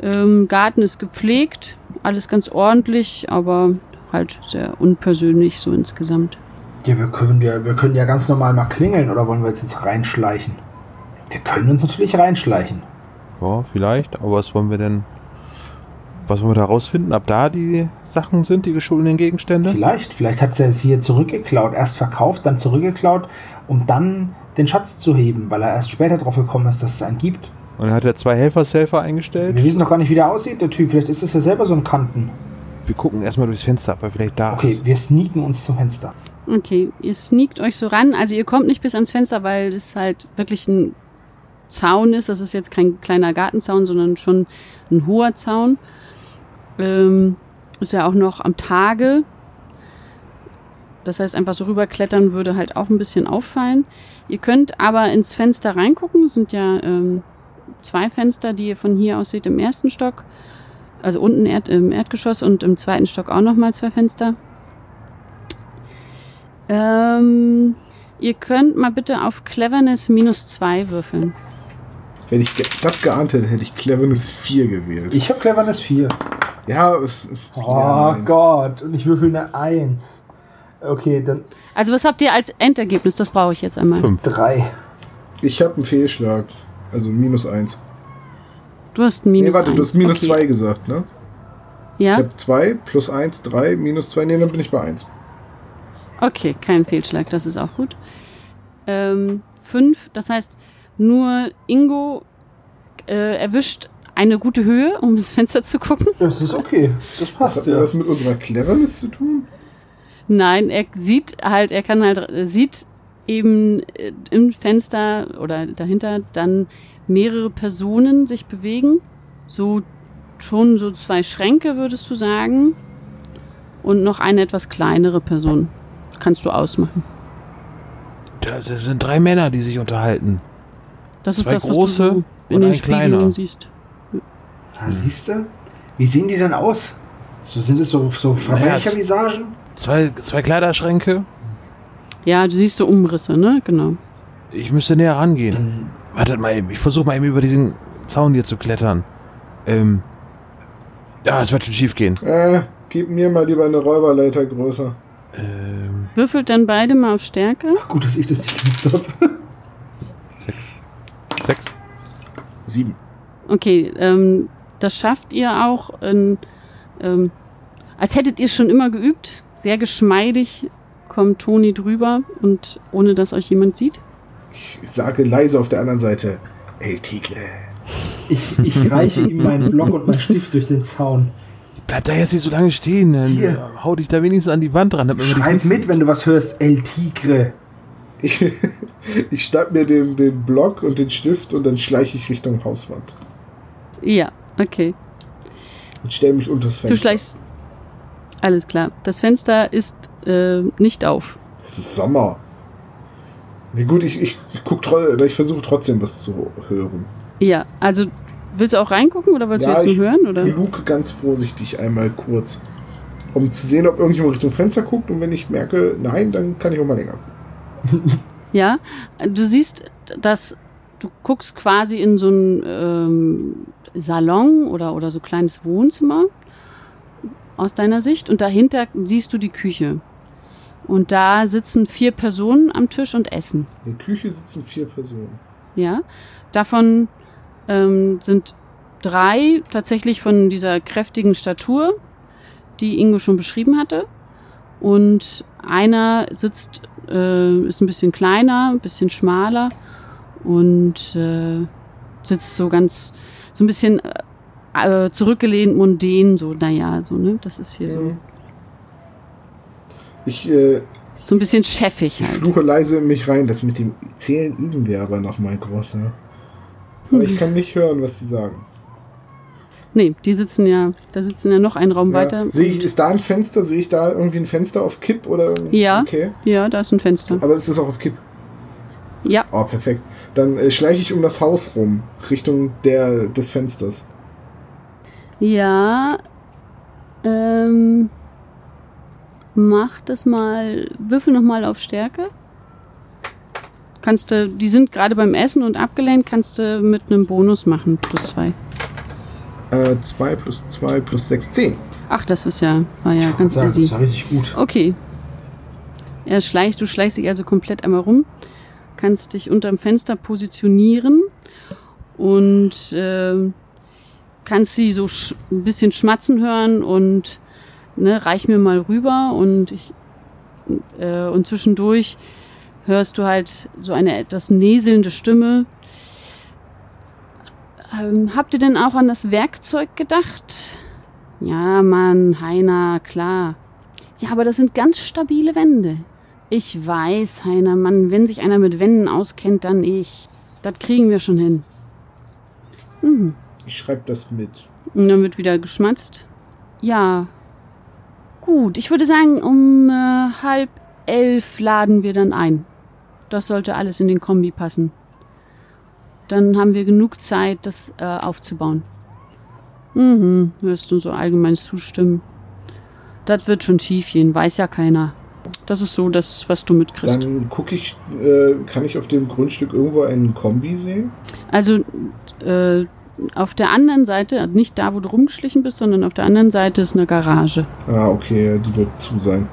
Ähm, Garten ist gepflegt, alles ganz ordentlich, aber halt sehr unpersönlich so insgesamt. Ja, wir können ja, wir können ja ganz normal mal klingeln oder wollen wir jetzt, jetzt reinschleichen? Wir können uns natürlich reinschleichen. Ja, vielleicht, aber was wollen wir denn. Was wollen wir da rausfinden? Ab da die Sachen sind, die geschundenen Gegenstände? Vielleicht, vielleicht hat er es hier zurückgeklaut, erst verkauft, dann zurückgeklaut, um dann den Schatz zu heben, weil er erst später drauf gekommen ist, dass es einen gibt. Und dann hat er zwei Helfershelfer eingestellt. Wir wissen doch gar nicht, wie der aussieht, der Typ. Vielleicht ist es ja selber so ein Kanten. Wir gucken erstmal durchs Fenster, ob er vielleicht da Okay, ist. wir sneaken uns zum Fenster. Okay, ihr sneakt euch so ran. Also ihr kommt nicht bis ans Fenster, weil das halt wirklich ein Zaun ist. Das ist jetzt kein kleiner Gartenzaun, sondern schon ein hoher Zaun. Ähm, ist ja auch noch am Tage. Das heißt, einfach so rüberklettern würde halt auch ein bisschen auffallen. Ihr könnt aber ins Fenster reingucken. Es sind ja ähm, zwei Fenster, die ihr von hier aus seht im ersten Stock. Also unten Erd im Erdgeschoss und im zweiten Stock auch nochmal zwei Fenster. Ähm, ihr könnt mal bitte auf Cleverness minus 2 würfeln. Wenn ich ge das geahnt hätte, hätte ich Cleverness 4 gewählt. Ich habe Cleverness 4. ja, es ist. Oh ja, nein. Gott, und ich würfel eine 1. Okay, dann Also was habt ihr als Endergebnis? Das brauche ich jetzt einmal. Fünf. 3. Ich habe einen Fehlschlag. Also minus 1. Du hast ein minus Nee, warte, du hast eins. minus Okay. 2 gesagt, ne? Ich Ja, habe 2 plus 1, 3, minus 2, nee, dann bin ich bei 1. okay, kein Fehlschlag, das ist auch gut. Ähm, fünf, das heißt, nur Ingo äh, erwischt eine gute Höhe, um ins Fenster zu gucken. Das ist okay. Das Was passt hat denn ja. das mit unserer Cleverness zu tun? Nein, er sieht halt, er kann halt, er sieht eben äh, im Fenster oder dahinter dann mehrere Personen sich bewegen. So schon so zwei Schränke, würdest du sagen. Und noch eine etwas kleinere Person. Kannst du ausmachen. Das sind drei Männer, die sich unterhalten. Das ist Zwei das, was du große so in und den ein kleiner. Spiegelungen siehst. Ah, siehst du? Wie sehen die denn aus? So sind es so, so Verbrechervisagen? Zwei, zwei Kleiderschränke. Ja, du siehst so Umrisse, ne? Genau. Mhm. Ich müsste näher rangehen. Wartet mal eben, ich versuche mal eben über diesen Zaun hier zu klettern. Ähm. Ja, es wird schon schief gehen. Äh, gib mir mal lieber eine Räuberleiter größer. Ähm, Würfelt dann beide mal auf Stärke. Gut, dass ich das nicht gemacht habe. sechs. Sieben. Okay, ähm, das schafft ihr auch. In, ähm, als hättet ihr schon immer geübt. Sehr geschmeidig kommt Toni drüber und ohne dass euch jemand sieht. Ich sage leise auf der anderen Seite. El Tigre. Ich, ich reiche ihm meinen Block und meinen Stift durch den Zaun. Bleib da jetzt nicht so lange stehen, dann Hier. hau dich da wenigstens an die Wand ran. damit man dich Schreib nicht mit, sieht. wenn du was hörst. El Tigre. Ich, ich schnapp mir den, den Block und den Stift und dann schleiche ich Richtung Hauswand. Ja, okay. Und stelle mich unters Fenster. Du schleichst. Alles klar. Das Fenster ist äh, nicht auf. Es ist Sommer. Na gut, ich, ich, ich, guck tro- oder ich versuche trotzdem was zu hören. Ja, also willst du auch reingucken oder willst Ja, du jetzt nur ich- hören? Oder? Ich luke ganz vorsichtig einmal kurz, um zu sehen, ob irgendjemand Richtung Fenster guckt. Und wenn ich merke, nein, dann kann ich auch mal länger gucken. Ja, du siehst, dass du guckst quasi in so ein ähm, Salon oder, oder so kleines Wohnzimmer aus deiner Sicht und dahinter siehst du die Küche. Und da sitzen vier Personen am Tisch und essen. In der Küche sitzen vier Personen. Ja, davon ähm, sind drei tatsächlich von dieser kräftigen Statur, die Ingo schon beschrieben hatte. Und einer sitzt, äh, ist ein bisschen kleiner, ein bisschen schmaler und äh, sitzt so ganz, so ein bisschen äh, äh, zurückgelehnt, mundän, so, naja, so, ne, das ist hier Mhm. so, Ich, äh, so ein bisschen cheffig ich halt. fluche leise in mich rein. Das mit dem Zählen üben wir aber nochmal groß, ne? Aber ich kann nicht hören, was die sagen. Nee, die sitzen ja, da sitzen ja noch einen Raum weiter. Ja. Sehe ich, ist da ein Fenster? Sehe ich da irgendwie ein Fenster auf Kipp oder? Ja. Okay. Ja, da ist ein Fenster. Aber ist das auch auf Kipp? Ja, Oh, perfekt. Dann äh, schleiche ich um das Haus rum, Richtung der, des Fensters. Ja. Ähm, mach das mal. Würfel nochmal auf Stärke. Kannst du, die sind gerade beim Essen und abgelenkt, kannst du mit einem Bonus machen, plus zwei. Äh, 2 plus 2 plus 6, 10. Ach, das ist ja, war ja ganz Sagen, das ist easy. ja richtig gut. Okay. Er schleicht, du schleichst dich also komplett einmal rum, kannst dich unterm Fenster positionieren und äh, kannst sie so sch ein bisschen schmatzen hören und ne, reich mir mal rüber und ich und, äh, und zwischendurch hörst du halt so eine etwas näselnde Stimme. Ähm, habt ihr denn auch an das Werkzeug gedacht? Ja, Mann, Heiner, klar. Ja, aber das sind ganz stabile Wände. Ich weiß, Heiner, Mann, wenn sich einer mit Wänden auskennt, dann ich. Das kriegen wir schon hin. Mhm. Ich schreibe das mit. Und dann wird wieder geschmatzt. Ja. Gut, ich würde sagen, um äh, halb elf laden wir dann ein. Das sollte alles in den Kombi passen. Dann haben wir genug Zeit, das äh, aufzubauen. Mhm, hörst du so allgemeines Zustimmen. Das wird schon schief gehen, weiß ja keiner. Das ist so das, was du mitkriegst. Dann gucke ich, äh, kann ich auf dem Grundstück irgendwo einen Kombi sehen? Also äh, auf der anderen Seite, nicht da, wo du rumgeschlichen bist, sondern auf der anderen Seite ist eine Garage. Ah, okay, die wird zu sein.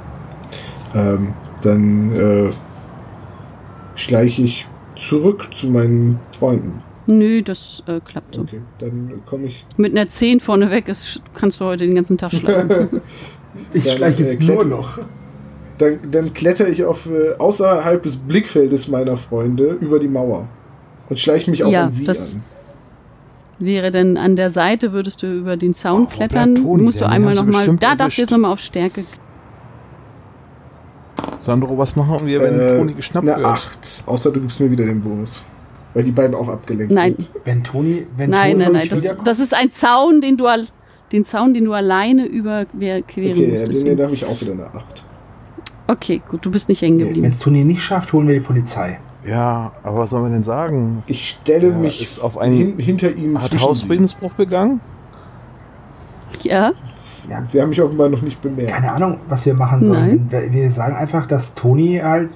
Ähm, dann äh, schleiche ich zurück zu meinen Freunden. Nö, das äh, klappt so. Okay, dann komme ich. Mit einer 10 vorneweg ist, kannst du heute den ganzen Tag schlafen. Ich Dann, schleiche äh, jetzt nur klettern. noch. Dann, dann kletter ich auf äh, außerhalb des Blickfeldes meiner Freunde über die Mauer und schleiche mich auch Ja, an sie das- an. Wäre denn an der Seite, würdest du über den Zaun Oh, wo bleibt klettern, Toni musst du denn? Den einmal haben sie nochmal, bestimmt da darfst du erwischt. jetzt nochmal auf Stärke. Sandro, was machen wir, wenn Äh, Toni geschnappt Eine wird? 8. Außer du gibst mir wieder den Bonus. Weil die beiden auch abgelenkt Nein. sind. Wenn Toni, wenn Nein, Toni nein, nein, nicht das, wiederkommt- das ist ein Zaun, den du, al- den Zaun, den du alleine überqueren Okay, musst. dann, Deswegen. dann habe ich auch wieder eine 8. Okay, gut, du bist nicht hängen geblieben. Wenn es Toni nicht schafft, holen wir die Polizei. Ja, aber was sollen wir denn sagen? Ich stelle Ja, mich ist auf einen- hin, hinter ihnen Hat zwischen sie. Hausfriedensbruch begangen? ja, Ja, sie haben mich offenbar noch nicht bemerkt. keine Ahnung, was wir machen sollen. Wir, wir sagen einfach, dass Toni halt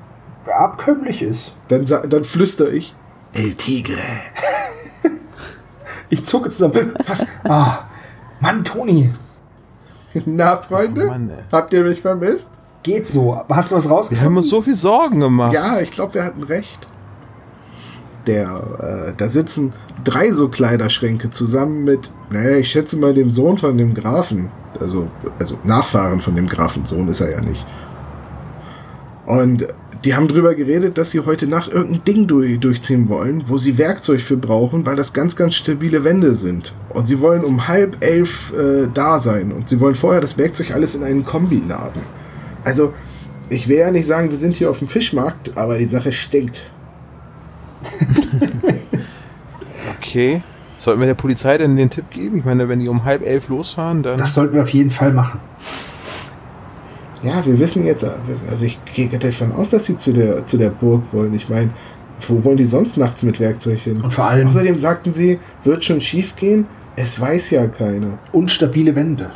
abkömmlich ist. Dann, sa- dann flüster ich. El Tigre. Ich zucke zusammen. Was? Ah, Mann, Toni, Na, Freunde, Oh Mann, ey. habt ihr mich vermisst? geht so. Aber Hast du was Wir rausgefunden? haben uns so viel Sorgen gemacht. Ja, ich glaube, wir hatten recht. Der, äh, da sitzen drei so Kleiderschränke zusammen mit, naja, ich schätze mal dem Sohn von dem Grafen. Also, also Nachfahren von dem Grafen, Sohn ist er ja nicht. Und die haben drüber geredet, dass sie heute Nacht irgendein Ding durch, durchziehen wollen, wo sie Werkzeug für brauchen, weil das ganz, ganz stabile Wände sind. Und sie wollen um halb elf äh, da sein und sie wollen vorher das Werkzeug alles in einen Kombi laden. Also, ich will ja nicht sagen, wir sind hier auf dem Fischmarkt, aber die Sache stinkt. Okay. Sollten wir der Polizei denn den Tipp geben? Ich meine, wenn die um halb elf losfahren, dann. Das sollten wir auf jeden Fall machen. Ja, wir wissen jetzt, also ich gehe davon aus, dass sie zu der, zu der Burg wollen. Ich meine, wo wollen die sonst nachts mit Werkzeug hin? Und vor allem Außerdem sagten sie, wird schon schief gehen, es weiß ja keiner. unstabile Wände.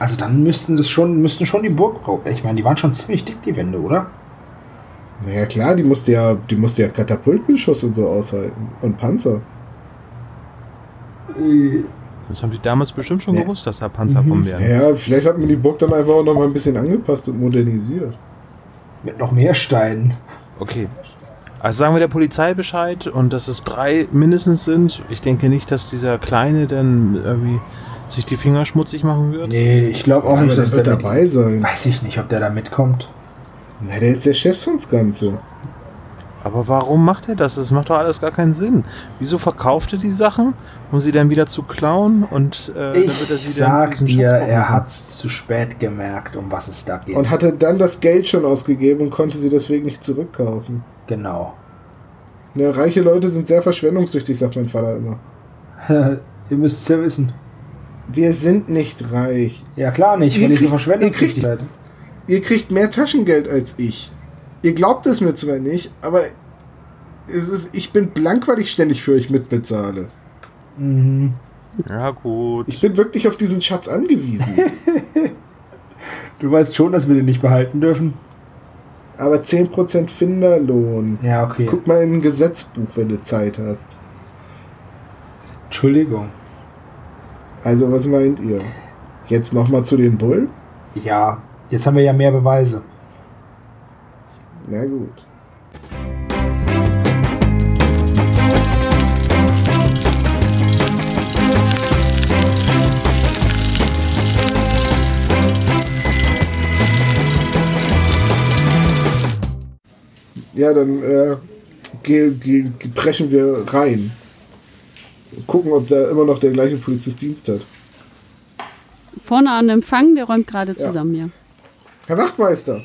Also dann müssten das schon, müssten schon die Burg. Ich meine, die waren schon ziemlich dick, die Wände, oder? Naja klar, die musste ja, die musste ja Katapultbeschuss und so aushalten. Und Panzer. Das haben die damals bestimmt schon Ja. gewusst, dass da Panzer kommen werden. Ja, vielleicht hat man die Burg dann einfach auch noch mal ein bisschen angepasst und modernisiert. Mit noch mehr Steinen. Okay. Also sagen wir der Polizei Bescheid und dass es drei mindestens sind. Ich denke nicht, dass dieser Kleine dann irgendwie sich die Finger schmutzig machen wird. Nee, ich glaube auch Aber nicht, der dass wird der mit- dabei sein. Weiß ich nicht, ob der da mitkommt. Na, der ist der Chef sonst Ganze. Aber warum macht er das? Das macht doch alles gar keinen Sinn. Wieso verkauft er die Sachen, um sie dann wieder zu klauen und äh, dann wird er Ich sie sag dann in diesen dir, Schatzraum er machen? hat's zu spät gemerkt, um was es da geht. Und hatte dann das Geld schon ausgegeben und konnte sie deswegen nicht zurückkaufen. genau. Ne, reiche Leute sind sehr verschwendungssüchtig, sagt mein Vater immer. Ihr müsst es ja wissen. Wir sind nicht reich. Ja klar nicht, Ihr weil ihr so kriegt- ihr verschwendet kriegt's. seid. Ihr kriegt mehr Taschengeld als ich. Ihr glaubt es mir zwar nicht, aber es ist, ich bin blank, weil ich ständig für euch mitbezahle. Mhm. Ja gut. Ich bin wirklich auf diesen Schatz angewiesen. Du weißt schon, dass wir den nicht behalten dürfen. aber 10% Finderlohn. Ja, okay. Guck mal in ein Gesetzbuch, wenn du Zeit hast. Entschuldigung. Also, was meint ihr? Jetzt nochmal zu den Bullen? Ja, jetzt haben wir ja mehr Beweise. Na gut. Ja, dann äh, ge ge ge- preschen wir rein. Gucken, ob da immer noch der gleiche Polizist Dienst hat. Vorne an Empfang, der räumt gerade zusammen, ja. Herr Wachtmeister,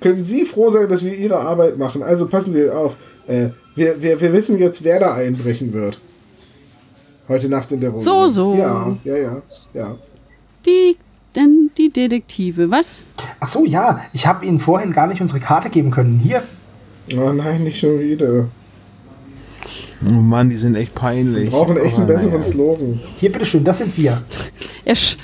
können Sie froh sein, dass wir Ihre Arbeit machen? Also passen Sie auf. Äh, wir, wir, wir wissen jetzt, wer da einbrechen wird. Heute Nacht in der Runde. So, so. Ja, ja, ja. ja. Die, denn die Detektive, was? Ach so, ja, ich habe Ihnen vorhin gar nicht unsere Karte geben können. Hier, Oh nein, nicht schon wieder. Oh Mann, die sind echt Wir peinlich. Oh brauchen echt einen Aber besseren naja. Slogan. hier bitteschön, das sind wir. Er sch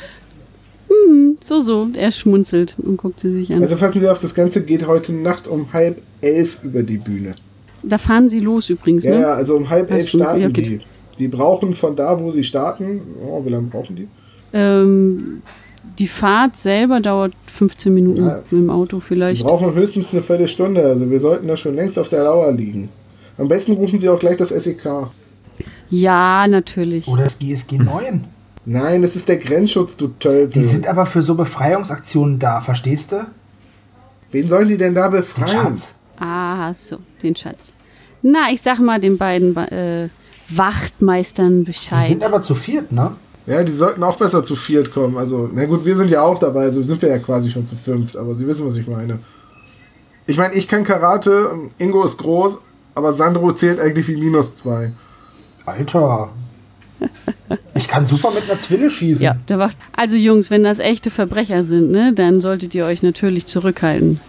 hm, so, so, er schmunzelt und guckt sie sich an. Also passen Sie auf, das Ganze geht heute Nacht um halb elf über die Bühne. da fahren sie los übrigens, Ja, ne? ja, also um halb Das elf ist gut. starten Ja, die. geht. Die brauchen von da, wo sie starten. Oh, wie lange brauchen die? Ähm, die Fahrt selber dauert 15 Minuten Ja. mit dem Auto Wir vielleicht. brauchen höchstens eine Viertelstunde, also wir sollten da schon längst auf der Lauer liegen. Am besten rufen Sie auch gleich das E SEK. Ja, natürlich. Oder das GSG Hm. 9. Nein, das ist der Grenzschutz, du Die Tölpel. sind aber für so Befreiungsaktionen da, verstehst du? Wen sollen die denn da Den befreien? Schatz. Ah, so, den Schatz. Na, ich sag mal den beiden äh, Wachtmeistern Die Bescheid. sind aber zu viert, ne? Ja, die sollten auch besser zu viert kommen. Also, na gut, wir sind ja auch dabei, also sind wir ja quasi schon zu fünft, aber Sie wissen, was ich meine. Ich meine, ich kann Karate, Ingo ist groß, aber Sandro zählt eigentlich wie minus zwei. Alter. Ich kann super mit einer Zwille schießen. ja, der Wacht. Also Jungs, wenn das echte Verbrecher sind, ne, dann solltet ihr euch natürlich zurückhalten.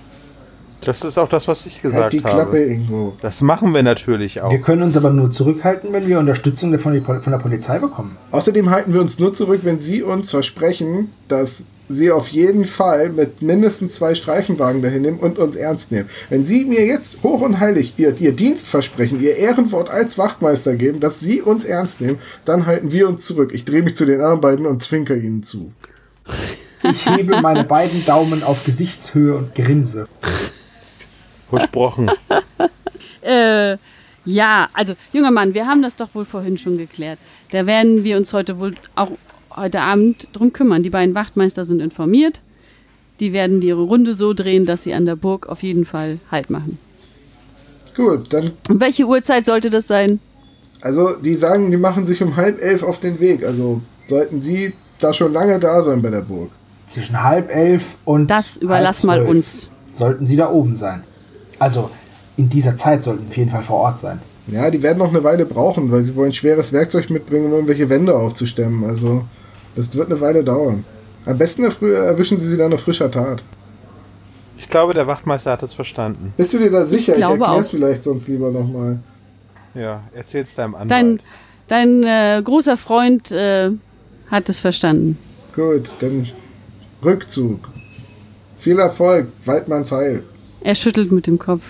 Das ist auch das, was ich gesagt Halt die Klappe, habe. Ingo. Das machen wir natürlich auch. Wir können uns aber nur zurückhalten, wenn wir Unterstützung von, die Pol- von der Polizei bekommen. Außerdem halten wir uns nur zurück, wenn Sie uns versprechen, dass sie auf jeden Fall mit mindestens zwei Streifenwagen dahin nehmen und uns ernst nehmen. Wenn Sie mir jetzt hoch und heilig ihr, ihr Dienstversprechen, Ihr Ehrenwort als Wachtmeister geben, dass Sie uns ernst nehmen, dann halten wir uns zurück. Ich drehe mich zu den anderen beiden und zwinker Ihnen zu. Ich hebe meine beiden Daumen auf Gesichtshöhe und grinse. Versprochen. Äh, ja, also, junger Mann, wir haben das doch wohl vorhin schon geklärt. Da werden wir uns heute wohl auch heute Abend drum kümmern. Die beiden Wachtmeister sind informiert. Die werden ihre Runde so drehen, dass sie an der Burg auf jeden Fall Halt machen. Gut, dann Und welche Uhrzeit sollte das sein? Also, die sagen, die machen sich um halb elf auf den Weg. Also, sollten sie da schon lange da sein bei der Burg. Zwischen halb elf und. Das halb überlass mal zwölf uns. Sollten sie da oben sein. Also, in dieser Zeit sollten sie auf jeden Fall vor Ort sein. Ja, die werden noch eine Weile brauchen, weil sie wollen schweres Werkzeug mitbringen, um irgendwelche Wände aufzustemmen. Also, das wird eine Weile dauern. Am besten erfrü- erwischen sie sie dann auf frischer Tat. Ich glaube, der Wachtmeister hat es verstanden. Bist du dir da sicher? Ich, glaube erklär's auch. vielleicht sonst lieber nochmal. Ja, erzähl's deinem Anwalt. Dein, dein äh, großer Freund äh, hat es verstanden. Gut, dann Rückzug. Viel Erfolg, Waldmanns Heil. Er schüttelt mit dem Kopf.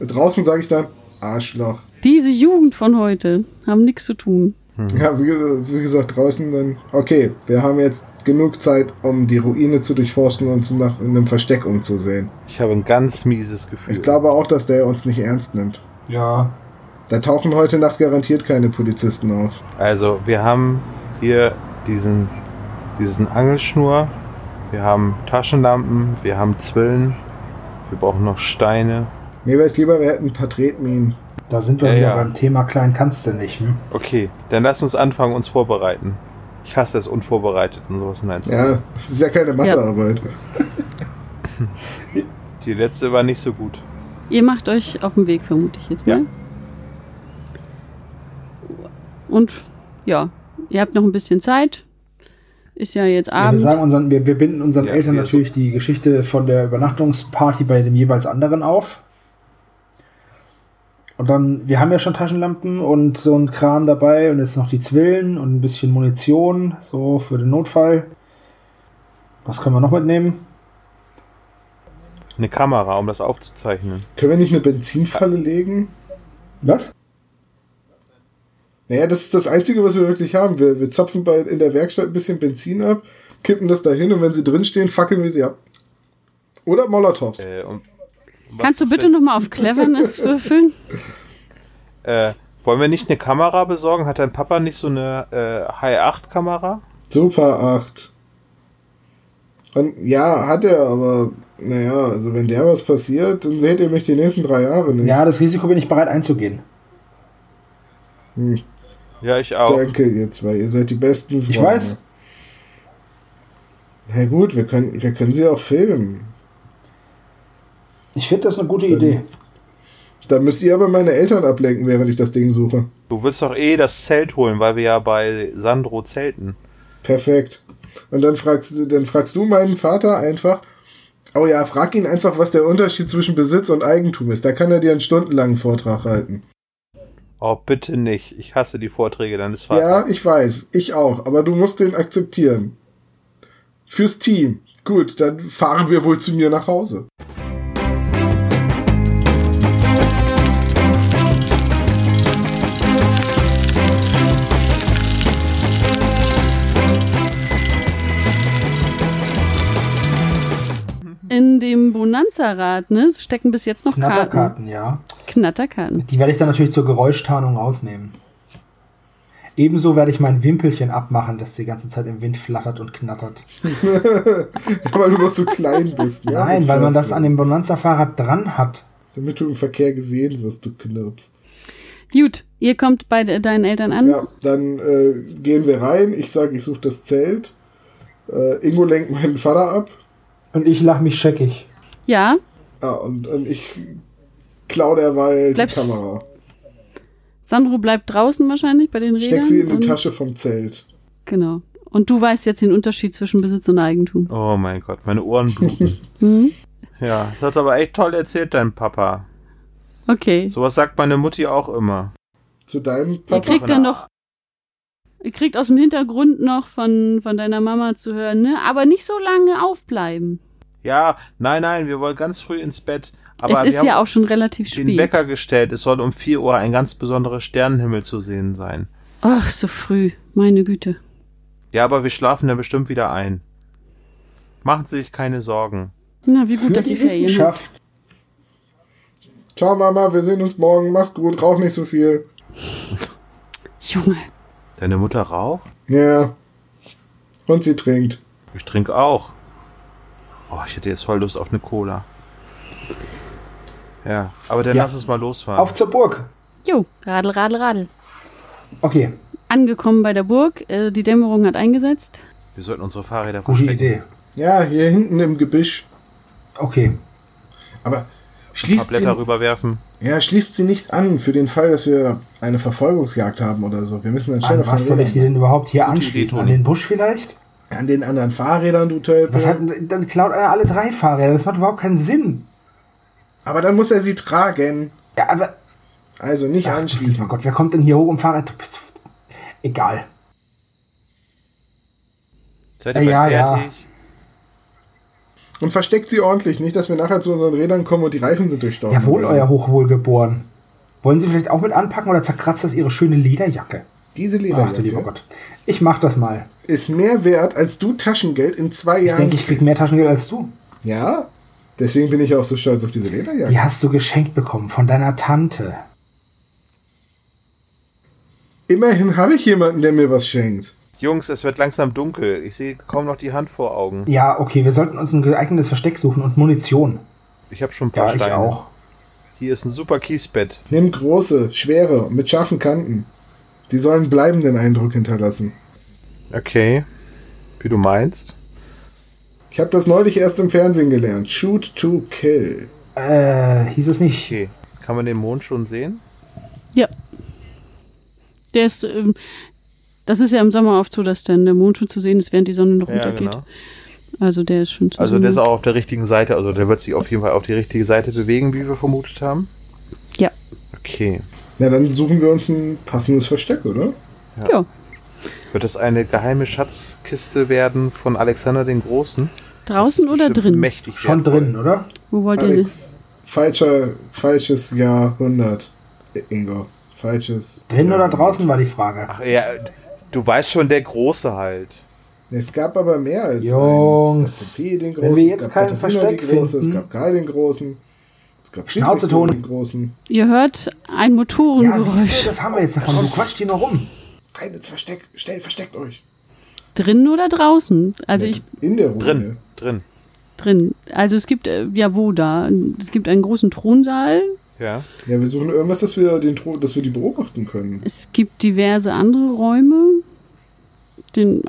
Draußen sage ich dann Arschloch. Diese Jugend von heute haben nichts zu tun. Ja, wie, ge- wie gesagt, draußen dann. Okay, wir haben jetzt genug Zeit, um die Ruine zu durchforschen und zu nach einem Versteck umzusehen. Ich habe ein ganz mieses Gefühl. Ich glaube auch, dass der uns nicht ernst nimmt. Ja. Da tauchen heute Nacht garantiert keine Polizisten auf. Also, wir haben hier diesen, diesen Angelschnur, wir haben Taschenlampen, wir haben Zwillen, wir brauchen noch Steine. Mir wäre es lieber, wir hätten ein paar Tretminen. Da sind wir Ja, wieder ja. beim Thema klein kannst du nicht. Hm? Okay, dann lass uns anfangen, uns vorbereiten. Ich hasse es, unvorbereitet und sowas hineinzukommen. Ja, das ist ja keine Mathearbeit. Die letzte war nicht so gut. Ihr macht euch auf den Weg, vermute ich jetzt mal. Ja. Und ja, ihr habt noch ein bisschen Zeit. Ist ja jetzt Ja, wir, Abend. sagen unseren, wir, wir binden unseren Ja, Eltern wir natürlich die Geschichte von der Übernachtungsparty bei dem jeweils anderen auf. Und dann, wir haben ja schon Taschenlampen und so ein Kram dabei und jetzt noch die Zwillen und ein bisschen Munition, so für den Notfall. Was können wir noch mitnehmen? Eine Kamera, um das aufzuzeichnen. Können wir nicht eine Benzinfalle legen? Was? Naja, das ist das Einzige, was wir wirklich haben. Wir, wir zapfen bei, in der Werkstatt ein bisschen Benzin ab, kippen das dahin und wenn sie drinstehen, fackeln wir sie ab. Oder Molotows. Äh, und was Kannst du ist, bitte wenn- nochmal auf Cleverness würfeln? Äh, wollen wir nicht eine Kamera besorgen? Hat dein Papa nicht so eine äh, High-8-Kamera? Super 8. Und ja, hat er, aber naja, also wenn der was passiert, dann seht ihr mich die nächsten drei Jahre nicht. Ja, das Risiko bin ich bereit einzugehen. Ja, ich auch. Danke jetzt, weil ihr seid die besten Freunde. Ich weiß. Na gut, wir können, wir können sie auch filmen. Ich finde das eine gute Idee. Da müsst ihr aber meine Eltern ablenken, während ich das Ding suche. Du willst doch eh das Zelt holen, weil wir ja bei Sandro zelten. Perfekt. Und dann fragst, du- dann fragst du meinen Vater einfach, oh ja, frag ihn einfach, was der Unterschied zwischen Besitz und Eigentum ist. Da kann er dir einen stundenlangen Vortrag halten. Oh, bitte nicht. Ich hasse die Vorträge deines Vaters. Ja, ich weiß, ich auch, aber du musst den akzeptieren. Fürs Team. Gut, dann fahren wir wohl zu mir nach Hause. In dem Bonanza-Rad ne, stecken bis jetzt noch Karten. Knatterkarten, ja. Knatterkarten. Die werde ich dann natürlich zur Geräuschtarnung rausnehmen. Ebenso werde ich mein Wimpelchen abmachen, das die ganze Zeit im Wind flattert und knattert. Weil du noch so klein bist. Ne? Nein, Mit weil man das 14. an dem Bonanza-Fahrrad dran hat. Damit du im Verkehr gesehen wirst, du Knirps. Gut, ihr kommt bei de deinen Eltern an. Ja, dann äh, gehen wir rein. Ich sage, ich suche das Zelt. Äh, Ingo lenkt meinen Vater ab. Und ich lache mich scheckig. ja Ah, und, und ich klau derweil Bleibst- die Kamera. Sandro bleibt draußen wahrscheinlich bei den Rädern. Steck sie in die und, Tasche vom Zelt. Genau. Und du weißt jetzt den Unterschied zwischen Besitz und Eigentum. Oh mein Gott, meine Ohren bluten. Hm? ja, das hat aber echt toll erzählt, dein Papa. Okay. Sowas sagt meine Mutti auch immer. Zu deinem ihr Papa. kriegt dann noch. Ihr kriegt aus dem Hintergrund noch von, von deiner Mama zu hören, ne? Aber nicht so lange aufbleiben. Ja, nein, nein, wir wollen ganz früh ins Bett. Aber es wir ist haben ja auch schon relativ den spät. Wecker gestellt. Es soll um 4 Uhr ein ganz besonderer Sternenhimmel zu sehen sein. Ach, so früh. Meine Güte. Ja, aber wir schlafen dann bestimmt wieder ein. Machen Sie sich keine Sorgen. Na, wie gut, Für dass die ihr Ferien habt. Wissenschaft. Ciao, Mama, wir sehen uns morgen. Mach's gut, rauch nicht so viel. Junge. Deine Mutter raucht? Ja. Und sie trinkt. Ich trinke auch. Oh, ich hätte jetzt voll Lust auf eine Cola. Ja, aber dann Ja. lass uns mal losfahren. Auf zur Burg. Jo, radel, radel, radel. Okay, Angekommen bei der Burg. Äh, die Dämmerung hat eingesetzt. wir sollten unsere Fahrräder gute verstecken. Idee. Ja, hier hinten im Gebüsch. Okay. Aber Ein paar schließt sie, Blätter rüberwerfen. ja, schließt sie nicht an für den Fall, dass wir eine Verfolgungsjagd haben oder so. Wir müssen dann schnell An auf was den, soll ich die Rädern- denn überhaupt hier Idee, anschließen? An Toni. den Busch vielleicht? an den anderen Fahrrädern, du Tölpel. Was hat, dann klaut einer alle drei Fahrräder. Das macht überhaupt keinen Sinn. Aber dann muss er sie tragen. Ja, aber. Also nicht Ach, anschließen. mein Gott, wer kommt denn hier hoch im Fahrrad? Du bist, egal. Seid ihr Äh, bald ja, fertig? Und versteckt sie ordentlich, nicht, dass wir nachher zu unseren Rädern kommen und die Reifen sind Also, durchstochen. Jawohl, euer Hochwohlgeboren. Wollen Sie vielleicht auch mit anpacken oder zerkratzt das Ihre schöne Lederjacke? Diese Ach du lieber Lederjacke Gott. Ich mach das mal. ist mehr wert, als du Taschengeld in zwei Ich Jahren denke, ich krieg mehr Taschengeld als du. kriegst. Ja, deswegen bin ich auch so stolz auf diese Lederjacke. Die hast du geschenkt bekommen von deiner Tante. Immerhin habe ich jemanden, der mir was schenkt. Jungs, es wird langsam dunkel. Ich sehe kaum noch die Hand vor Augen. Ja, okay, wir sollten uns ein geeignetes Versteck suchen und Munition. Ich habe schon ein paar Ja, ich Steine. auch. Hier ist ein super Kiesbett. Nimm große, schwere, mit scharfen Kanten. Die sollen bleibenden Eindruck hinterlassen. Okay. Wie du meinst. Ich habe das neulich erst im Fernsehen gelernt. Shoot to kill. Äh, hieß es nicht. Okay. Kann man den Mond schon sehen? Ja. Der ist, ähm, das ist ja im Sommer oft so, dass dann der Mond schon zu sehen ist, während die Sonne noch untergeht. Also der ist schon zu genau. Also sehen. der ist auch auf der richtigen Seite. Also der wird sich auf jeden Fall auf die richtige Seite bewegen, wie wir vermutet haben. Ja. Okay. Ja, dann suchen wir uns ein passendes Versteck, oder? Ja. Wird das eine geheime Schatzkiste werden von Alexander den Großen? Draußen Das ist oder bestimmt drin? Mächtig Also Schon wertvoll. drin, oder? Wo wollt ihr sie? Alex, falscher, falsches Jahrhundert, I- Ingo. Falsches. Drin oder Jahrhundert. draußen war die Frage. Ach ja, du weißt schon, der Große halt. Es gab aber mehr als einen. Jungs, Es gab Sophie, den wenn Großen, wir es jetzt gab kein Katharina, Versteck die Große, finden- Es gab Karl den Großen. Es gab Friedrich Schnauze, Toni. den Großen. Ihr hört ein Ja, siehst Motorengeräusch. du, das haben wir jetzt davon. Du quatscht hier nur rum. Rein ins Versteck, schnell versteckt euch. drin oder draußen? Also ich In der Runde. Drin, Mhm. drin. drin. Also es gibt äh, ja wo da? Es gibt einen großen Thronsaal. Ja. Ja, wir suchen irgendwas, dass wir, den, Thron- dass wir die beobachten können. Es gibt diverse andere Räume. Den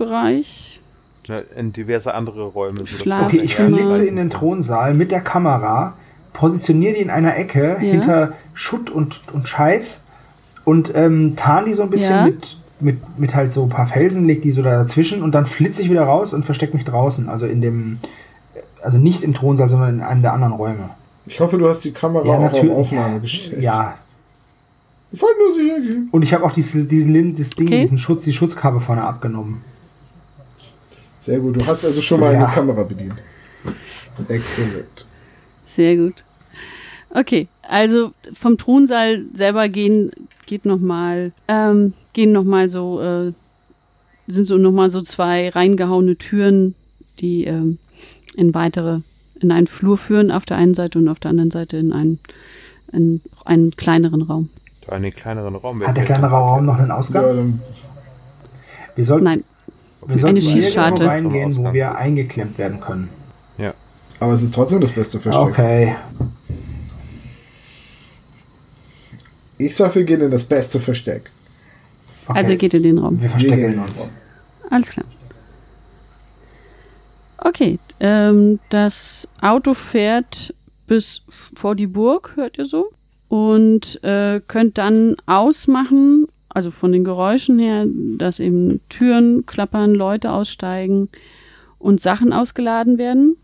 Eingangsbereich. Na, In diverse andere Räume. so dass- Schlaf- Okay, ich Ja. flitze in den Thronsaal mit der Kamera, positioniere die in einer Ecke hinter Schutt und, und Scheiß und ähm, tarn die so ein bisschen Ja. mit, mit, mit halt so ein paar Felsen, leg die so dazwischen und dann flitze ich wieder raus und verstecke mich draußen. Also in dem, also nicht im Thronsaal, sondern in einem der anderen Räume. Ich hoffe, du hast die Kamera Ja, auch auf natürlich. Aufnahme gestellt. Ja. Ich wollte nur sicher gehen. Und ich habe auch dieses, diesen, Lin- dieses Ding, Okay. diesen Schutz, die Schutzkappe vorne abgenommen. Sehr gut. Du hast also schon mal ja. eine Kamera bedient. Exzellent. Sehr gut. Okay, also vom Thronsaal selber gehen geht noch mal ähm, gehen noch mal so äh, sind so noch mal so zwei reingehauene Türen, die ähm, in weitere in einen Flur führen auf der einen Seite und auf der anderen Seite in einen in einen kleineren Raum. Da Ah, in den kleineren Raum. Hat Ah, der kleinere Raum noch einen Ja, Ausgang? dann Wir sollten, Nein, wir sollten eine Schießscharte. irgendwo reingehen, wo Ausgang. wir eingeklemmt werden können. Ja. Aber es ist trotzdem das beste Versteck. Okay. Ich sag, wir gehen in das beste Versteck. okay. also geht in den Raum. Wir Wir versteckeln gehen. uns. Alles klar. Okay, ähm, das Auto fährt bis vor die Burg, hört ihr so? Und äh, könnt dann ausmachen, also von den Geräuschen her, dass eben Türen klappern, Leute aussteigen und Sachen ausgeladen werden.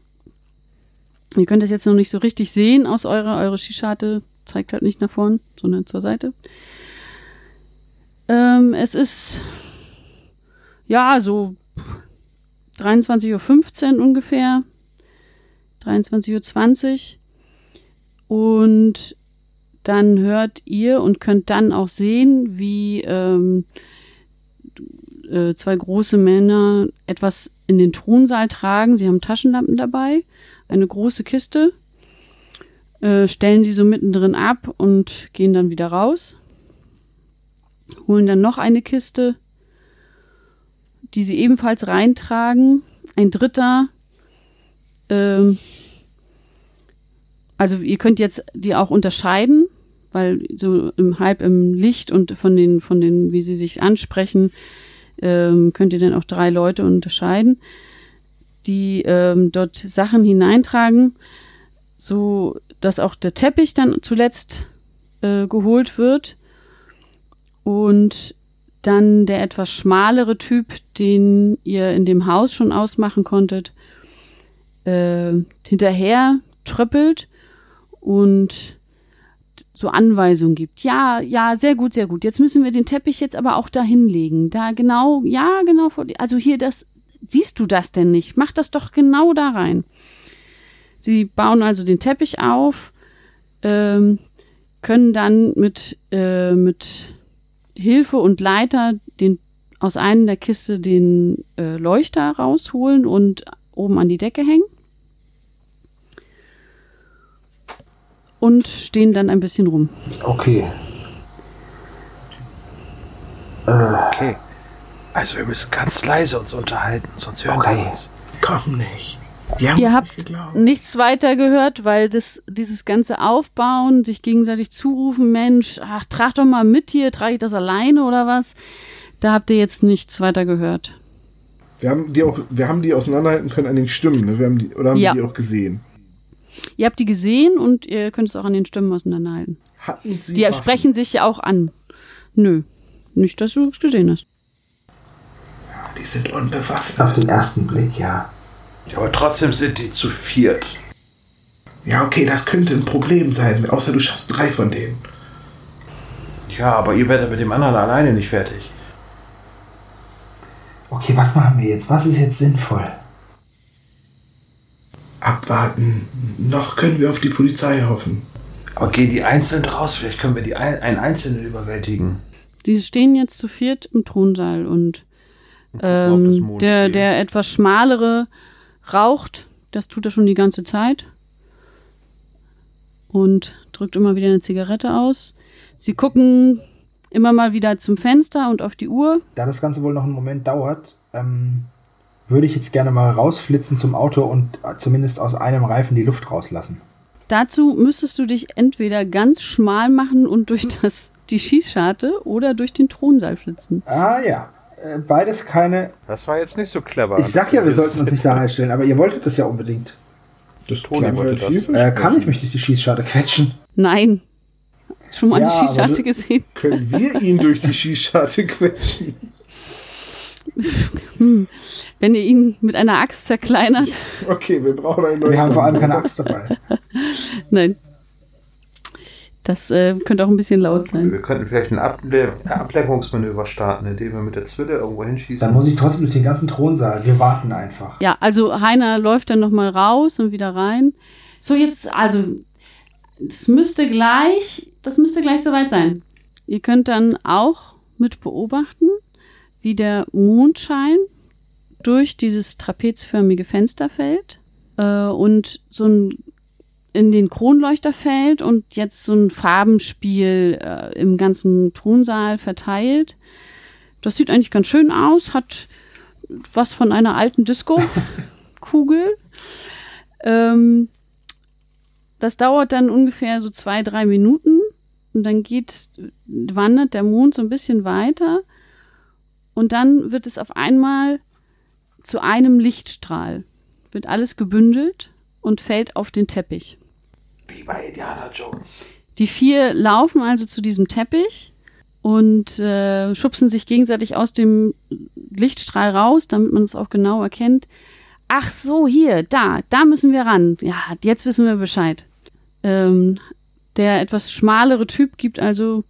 Ihr könnt das jetzt noch nicht so richtig sehen aus eurer, eure Skischarte zeigt halt nicht nach vorn, sondern zur Seite. Äh, Ähm, es ist ja so 23.15 Uhr ungefähr. 23.20 Uhr. Und dann hört ihr und könnt dann auch sehen, wie ähm, äh, zwei große Männer etwas in den Thronsaal tragen. Sie haben Taschenlampen dabei, eine große Kiste, äh, stellen sie so mittendrin ab und gehen dann wieder raus, holen dann noch eine Kiste, die sie ebenfalls reintragen. Ein dritter. Ähm, also ihr könnt jetzt die auch unterscheiden, weil so im halb im Licht und von den von den wie sie sich ansprechen ähm, könnt ihr dann auch drei Leute unterscheiden, die ähm, dort Sachen hineintragen, so dass auch der Teppich dann zuletzt äh, geholt wird und dann der etwas schmalere Typ, den ihr in dem Haus schon ausmachen konntet, äh, hinterher tröppelt und so Anweisungen gibt. Ja, ja, sehr gut, sehr gut. Jetzt müssen wir den Teppich jetzt aber auch dahin legen. Da genau, ja, genau vor Also hier das siehst du das denn nicht? Mach das doch genau da rein. Sie bauen also den Teppich auf, ähm, können dann mit äh, mit Hilfe und Leiter den aus einem der Kiste den äh, Leuchter rausholen und oben an die Decke hängen. und stehen dann ein bisschen rum. Okay. Okay. Also wir müssen ganz leise uns unterhalten, sonst hören Okay. wir uns. Komm nicht. Die haben Ihr uns habt nicht geglaubt. nichts weiter gehört, weil das, dieses ganze Aufbauen, sich gegenseitig zurufen, Mensch, ach, trag doch mal mit hier, trage ich das alleine oder was? Da habt ihr jetzt nichts weiter gehört. Wir haben die auch, wir haben die auseinanderhalten können an den Stimmen, ne? Wir haben die, oder haben Ja. wir die auch gesehen? Ihr habt die gesehen und ihr könnt es auch an den Stimmen auseinanderhalten. Hatten sie Die Waffen? sprechen sich ja auch an. Nö, nicht, dass du es gesehen hast. Die sind unbewaffnet. Auf den ersten Blick, ja. Ja, aber trotzdem sind die zu viert. Ja, okay, das könnte ein Problem sein, außer du schaffst drei von denen. Ja, aber ihr werdet mit dem anderen alleine nicht fertig. Okay, was machen wir jetzt? Was ist jetzt sinnvoll? Abwarten. Noch können wir auf die Polizei hoffen. Aber gehen die einzeln raus, vielleicht können wir die ein, einen Einzelnen überwältigen. Die stehen jetzt zu viert im Thronsaal und auf das ähm, Mondspiel. der, der etwas schmalere raucht. Das tut er schon die ganze Zeit. Und drückt immer wieder eine Zigarette aus. Sie gucken immer mal wieder zum Fenster und auf die Uhr. Da das Ganze wohl noch einen Moment dauert, ähm, würde ich jetzt gerne mal rausflitzen zum Auto und äh, zumindest aus einem Reifen die Luft rauslassen. Dazu müsstest du dich entweder ganz schmal machen und durch das, die Schießscharte oder durch den Thronsaal flitzen. Ah ja, äh, beides keine. Das war jetzt nicht so clever. Ich sag Äh, ja, wir sollten uns nicht da reinstellen, aber ihr wolltet das ja unbedingt. Das Toni wollte das. Äh, kann ich mich durch die Schießscharte quetschen? Nein. Schon mal Ja, die aber Schießscharte du- gesehen? Können wir ihn durch die Schießscharte quetschen? Wenn ihr ihn mit einer Axt zerkleinert. Okay, wir brauchen einen neuen Wir haben vor allem Sammler. keine Axt dabei. Nein. Das äh, könnte auch ein bisschen laut sein. Wir könnten vielleicht ein Able Ablenkungsmanöver starten, indem wir mit der Zwille irgendwo Dann hinschießen. muss ich trotzdem durch den ganzen Thronsaal. Wir warten einfach. Ja, also Heiner läuft dann nochmal raus und wieder rein. So, jetzt, also, das müsste gleich, das müsste gleich soweit sein. Ihr könnt dann auch mit beobachten, wie der Mondschein durch dieses trapezförmige Fenster fällt äh, und so ein in den Kronleuchter fällt und jetzt so ein Farbenspiel äh, im ganzen Thronsaal verteilt. Das sieht eigentlich ganz schön aus, hat was von einer alten Disco-Kugel. ähm, das dauert dann ungefähr so zwei, drei Minuten und dann geht, wandert der Mond so ein bisschen weiter und dann wird es auf einmal zu einem Lichtstrahl, wird alles gebündelt und fällt auf den Teppich. Wie bei Indiana Jones. Die vier laufen also zu diesem Teppich und äh, schubsen sich gegenseitig aus dem Lichtstrahl raus, damit man es auch genau erkennt. Ach so, hier, da, da müssen wir ran. Ja, jetzt wissen wir Bescheid. Ähm, der etwas schmalere Typ gibt also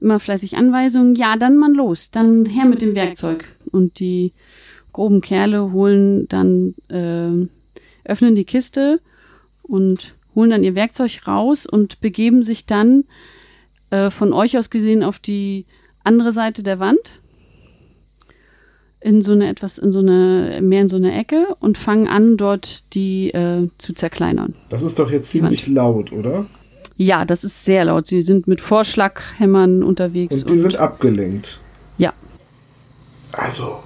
immer fleißig Anweisungen. Ja, dann mal los, dann her mit dem Werkzeug. Und die groben Kerle holen dann, äh, öffnen die Kiste und holen dann ihr Werkzeug raus und begeben sich dann äh, von euch aus gesehen auf die andere Seite der Wand in so eine etwas in so eine mehr in so eine Ecke und fangen an dort die äh, zu zerkleinern. Das ist doch jetzt ziemlich laut, oder? Ja, das ist sehr laut. Sie sind mit Vorschlaghämmern unterwegs Und die sind abgelenkt. ja, Also,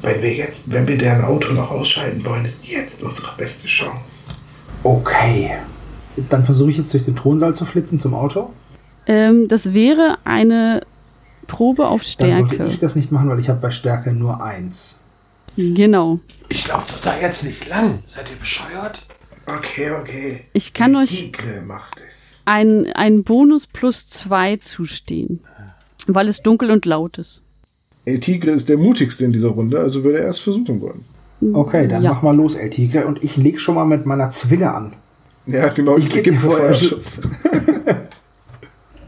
wenn wir jetzt, wenn wir deren Auto noch ausschalten wollen, ist jetzt unsere beste Chance. Okay. Dann versuche ich jetzt durch den Thronsaal zu flitzen zum Auto. ähm, das wäre eine Probe auf Dann sollte Stärke. ich das nicht machen, weil ich habe bei Stärke nur eins. Genau. Ich laufe doch da jetzt nicht lang. Seid ihr bescheuert? Okay, okay. Ich kann euch Igel macht es. einen einen Bonus plus zwei zustehen, weil es dunkel und laut ist. El Tigre ist der mutigste in dieser Runde, also würde er es versuchen wollen. Okay, dann Mm, Ja. mach mal los, El Tigre. Und ich leg schon mal mit meiner Zwille an. Ja, genau, Ich geb dir Feuerschutz.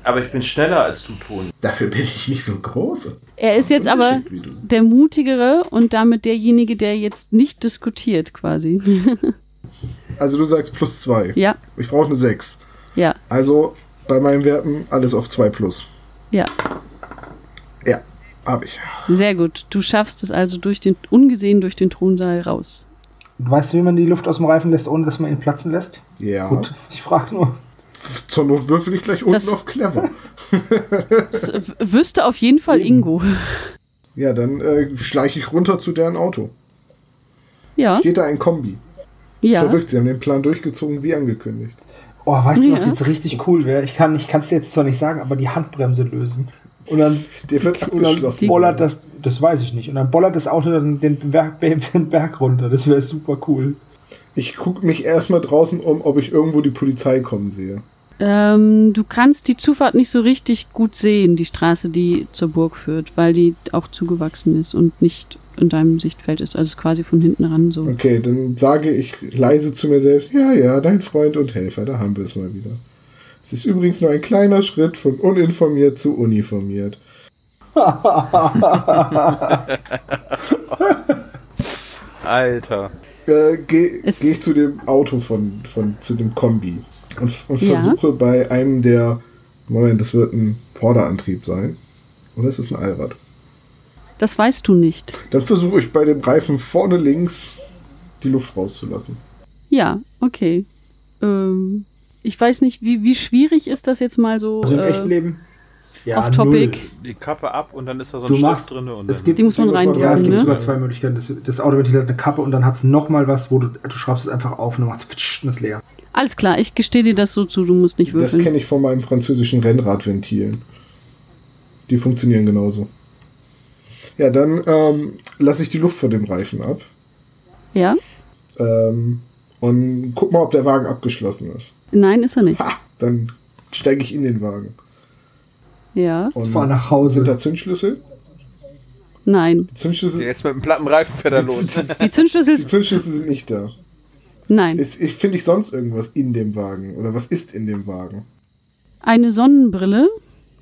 Aber ich bin schneller als du, Toni. Dafür bin ich nicht so groß. Er ist jetzt aber Unterschied wie du. der mutigere und damit derjenige, der jetzt nicht diskutiert quasi. Also du sagst plus zwei. Ja, Ich brauche eine sechs. ja, Also bei meinen Werten alles auf zwei plus. ja. Ja, habe ich. Sehr gut. Du schaffst es also durch den ungesehen durch den Thronsaal raus. Und Weißt du, wie man die Luft aus dem Reifen lässt, ohne dass man ihn platzen lässt? Ja. Gut, ich frage nur. Zur Not würfel ich gleich unten Das- auf clever. Das äh, w- wüsste auf jeden Fall Ingo. Ja, dann äh, schleiche ich runter zu deren Auto. Ja, Steht da ein Kombi. ja. Verrückt, sie haben den Plan durchgezogen, wie angekündigt. Oh, weißt du, was Ja. jetzt richtig cool wäre? Ich kann es jetzt zwar nicht sagen, aber die Handbremse lösen. Und dann, Der wird und dann abgeschlossen. bollert das, das weiß ich nicht, und dann bollert das Auto dann den Berg, den Berg runter. Das wäre super cool. Ich gucke mich erstmal draußen um, ob ich irgendwo die Polizei kommen sehe. Ähm, du kannst die Zufahrt nicht so richtig gut sehen, die Straße, die zur Burg führt, weil die auch zugewachsen ist und nicht in deinem Sichtfeld ist. Also quasi von hinten ran so. Okay, dann sage ich leise zu mir selbst, ja, ja, dein Freund und Helfer, da haben wir es mal wieder. Es ist übrigens nur ein kleiner Schritt von uninformiert zu uniformiert. Alter. Äh, Gehe Es- geh ich zu dem Auto von, von zu dem Kombi und, und Ja. versuche bei einem der, Moment, das wird ein Vorderantrieb sein. Oder ist es ein Allrad? Das weißt du nicht. Dann versuche ich bei dem Reifen vorne links die Luft rauszulassen. Ja, okay. Ähm, ich weiß nicht, wie, wie schwierig ist das jetzt mal so Also im äh, echten Leben? Ja, auf Topic? Die Kappe ab und dann ist da so ein Du Stift machst, drin. Und es dann- gibt, Die muss man reindrücken, ja, es gibt ne? sogar zwei Möglichkeiten. Das, das Autoventil hat halt eine Kappe und dann hat es nochmal was, wo du, du schraubst es einfach auf und dann machst es und ist leer. Alles klar, ich gestehe dir das so zu, du musst nicht Das würfeln. kenne ich von meinen französischen Rennradventilen. Die funktionieren genauso. Ja, dann ähm, lasse ich die Luft von dem Reifen ab Ja? ähm, und guck mal, ob der Wagen abgeschlossen ist. Nein, ist er nicht. Ha, dann steige ich in den Wagen. Ja? Und Fahr nach sind da Hause. Zündschlüssel? Nein. Die Zündschlüssel, Jetzt mit dem platten Reifen fährt er los. Die Zündschlüssel die ist. Zündschlüssel sind nicht da. Nein. Ist, ich, Finde ich sonst irgendwas in dem Wagen? Oder was ist in dem Wagen? Eine Sonnenbrille,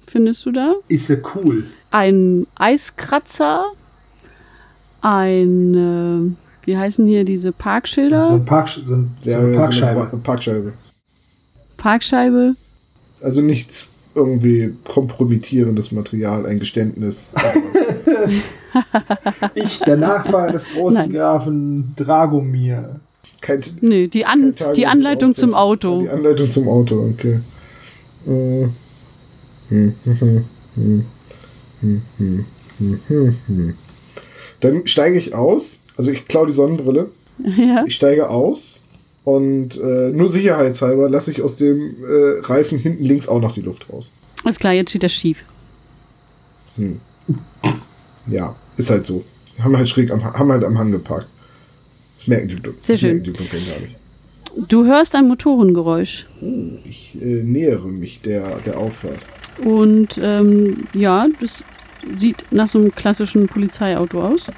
findest du da? Ist ja cool. Ein Eiskratzer. Ein. Äh, wie heißen hier diese So Parkschilder? ein, Park, so ein, so Ja, eine so eine Parkscheibe. Pa- Parkscheibe. Parkscheibe. Also nichts irgendwie kompromittierendes Material, ein Geständnis. Ich, der Nachfahre des Nein. großen Grafen Dragomir. Kein, Nö, die, An Kein Tagebuch die Anleitung zum aufsetzen. Die Auto. Anleitung zum Auto, okay. Äh. Hm, hm, hm, hm, hm, hm, hm, hm, hm. Dann steige ich aus. Also ich klaue die Sonnenbrille. Ja. Ich steige aus. Und äh, nur sicherheitshalber lasse ich aus dem äh, Reifen hinten links auch noch die Luft raus. Alles klar, jetzt steht er schief. Ja, ist halt so. Haben halt schräg am, haben halt am Hang geparkt. Das merken die, das Sehr schön. merken die Dunkeln gar nicht. Du hörst ein Motorengeräusch. Ich äh, nähere mich der, der Auffahrt. Und ähm, ja, das sieht nach so einem klassischen Polizeiauto aus,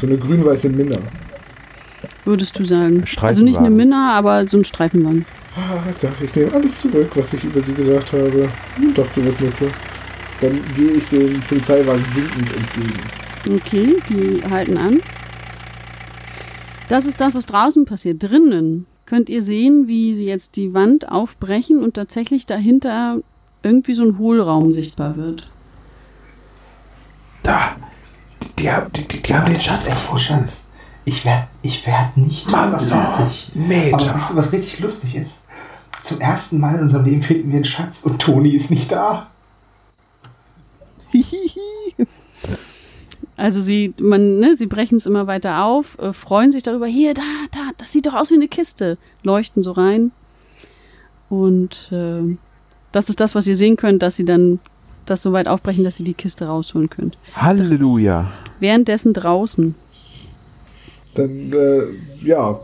So eine grün-weiße Minna. würdest du sagen. Also nicht eine Streifenwagen. Minna, aber so ein Streifenwagen. Ah, doch, ich nehme alles zurück, was ich über sie gesagt habe. Sie sind doch zu was Nutze. Dann gehe ich dem Polizeiwagen winkend entgegen. Okay, die halten an. Das ist das, was draußen passiert. Drinnen könnt ihr sehen, wie sie jetzt die Wand aufbrechen und tatsächlich dahinter irgendwie so ein Hohlraum sichtbar wird. Da. Die, haben- die, die, die haben den Schatz echt eine Chance. Ich werde ich werd nicht Mann, was fertig. Meter. Aber weißt du, was richtig lustig ist? Zum ersten Mal in unserem Leben finden wir einen Schatz und Toni ist nicht da. Also sie, man, ne, sie brechen es immer weiter auf, äh, freuen sich darüber. Hier, da, da, das sieht doch aus wie eine Kiste. Leuchten so rein. Und äh, das ist das, was ihr sehen könnt, dass sie dann das so weit aufbrechen, dass sie die Kiste rausholen könnt. Halleluja. Währenddessen draußen. Dann, äh, ja,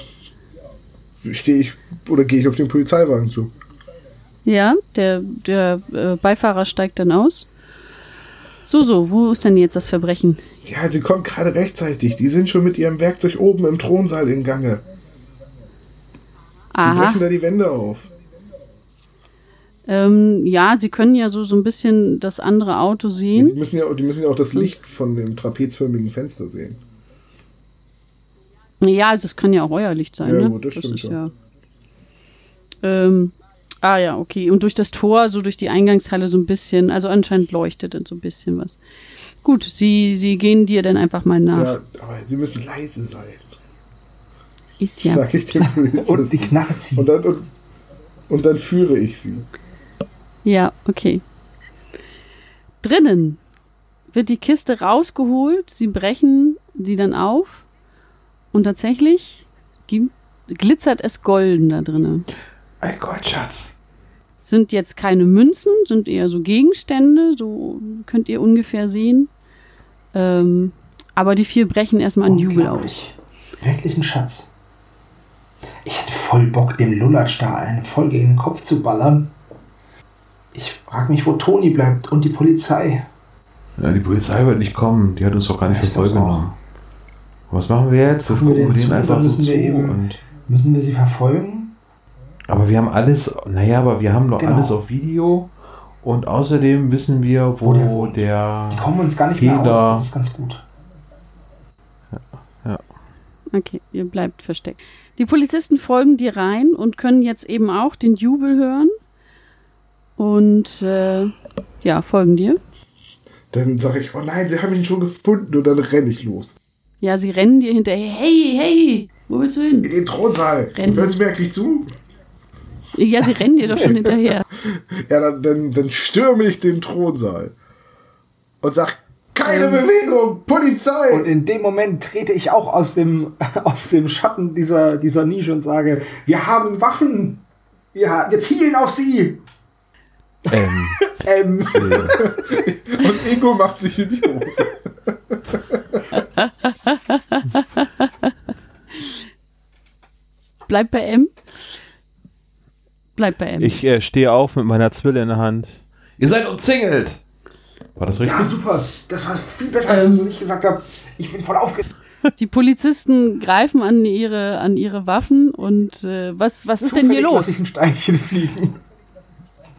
stehe ich oder gehe ich auf den Polizeiwagen zu. Ja, der, der äh, Beifahrer steigt dann aus. So, so, wo ist denn jetzt das Verbrechen? Ja, sie kommt gerade rechtzeitig. Die sind schon mit ihrem Werkzeug oben im Thronsaal in Gange. Die Aha. brechen da die Wände auf. Ähm, ja, sie können ja so, so ein bisschen das andere Auto Die sehen. müssen, ja, die müssen ja auch das Licht von dem trapezförmigen Fenster sehen. Ja, also es kann ja auch euer Licht sein, Ja, ne? gut, das stimmt schon. ja. Ähm, ah ja, okay. Und durch das Tor, so durch die Eingangshalle so ein bisschen, also anscheinend leuchtet dann so ein bisschen was. Gut, sie, sie gehen dir dann einfach mal nach. Ja, aber sie müssen leise sein, Ist Sag ja. sage ich dem Und die Polizisten. Knarre ziehen. Und dann, und, und dann führe ich sie. Ja, okay. Drinnen wird die Kiste rausgeholt, sie brechen sie dann auf und tatsächlich gibt, glitzert es golden da drinnen. Mein Gott, Schatz. Sind jetzt keine Münzen, sind eher so Gegenstände, so könnt ihr ungefähr sehen. Ähm, aber die vier brechen erstmal in Jubel aus. Unglaublich. Wirklich ein Schatz. Ich hätte voll Bock, dem Lulatsch da eine voll gegen den Kopf zu ballern. Ich frage mich, wo Toni bleibt und die Polizei. Ja, die Polizei wird nicht kommen. Die hat uns doch gar nicht Ich für voll glaub's auch. genommen. Was machen wir jetzt? Machen wir gucken den zu, denen dann müssen wir zu eben- und- Müssen wir sie verfolgen? aber wir haben alles, naja, aber wir haben doch Genau. alles auf Video. Und außerdem wissen wir, wo, Wo der der, wohnt. Die kommen uns gar nicht mehr Jeder. aus. Das ist ganz gut. Okay, ihr bleibt versteckt. Die Polizisten folgen dir rein und können jetzt eben auch den Jubel hören. Und äh, ja, folgen dir. Dann sage ich, oh nein, sie haben ihn schon gefunden. Und dann renne ich los. Ja, sie rennen dir hinterher. Hey, hey, wo willst du hin? In den Thronsaal. Rennen. Hören Sie wirklich zu? Ja, sie rennen dir doch schon hinterher. Ja, dann, dann, dann stürme ich den Thronsaal. Und sag, keine Bewegung, Polizei! Und in dem Moment trete ich auch aus dem, aus dem Schatten dieser, dieser Nische und sage, wir haben Waffen. Wir, wir zielen auf sie. Ähm, Ähm, Und Ingo macht sich in die Hose. Bleib bei M. Bleib bei M. Ich äh, stehe auf mit meiner Zwille in der Hand. Ihr seid umzingelt! War das richtig? ja, super. Das war viel besser, als Ähm. ich es gesagt habe. Ich bin voll aufgeregt. Die Polizisten greifen an ihre, an ihre Waffen und äh, was, was ist denn hier Zufällig lasse Ich los? ein Steinchen fliegen.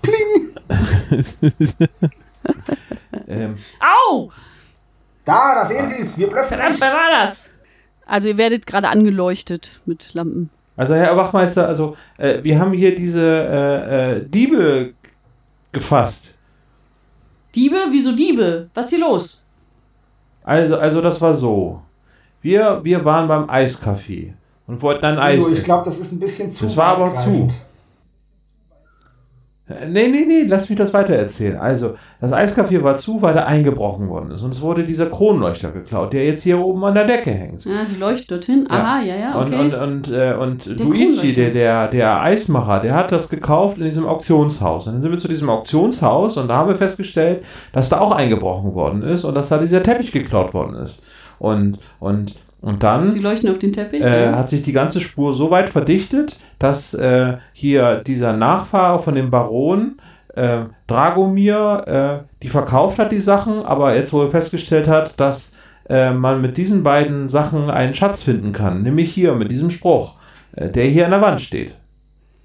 Pling. Ähm, Au! Da, da sehen Sie es. Wir blöffen Verdammt, wer nicht. war das? Also ihr werdet gerade angeleuchtet mit Lampen. also, Herr Wachmeister, also, äh, wir haben hier diese äh, äh, Diebe gefasst. Diebe? Wieso Diebe? Was ist hier los? Also, also das war so. Wir, wir waren beim Eiscafé und wollten ein Eis. Ingo, Ich essen. glaube, das ist ein bisschen zu. Das war aber weitgreifend. zu. Äh, Nee, nee, nee, lass mich das weitererzählen. Also, das Eiscafé war zu, weil da eingebrochen worden ist. Und es wurde dieser Kronleuchter geklaut, der jetzt hier oben an der Decke hängt. Ja, sie leuchtet dorthin. Aha, ja, ja, okay. Und, und, und, äh, und Luigi, Kronleuchter. der, der, der Eismacher, der hat das gekauft in diesem Auktionshaus. Und dann sind wir zu diesem Auktionshaus und da haben wir festgestellt, dass da auch eingebrochen worden ist und dass da dieser Teppich geklaut worden ist. Und, und, und dann sie leuchten auf den Teppich. äh, ja. hat sich die ganze Spur so weit verdichtet, dass äh, hier dieser Nachfahre von dem Baron äh, Dragomir, äh, die verkauft hat die Sachen, aber jetzt wohl festgestellt hat, dass äh, man mit diesen beiden Sachen einen Schatz finden kann, nämlich hier mit diesem Spruch, äh, der hier an der Wand steht.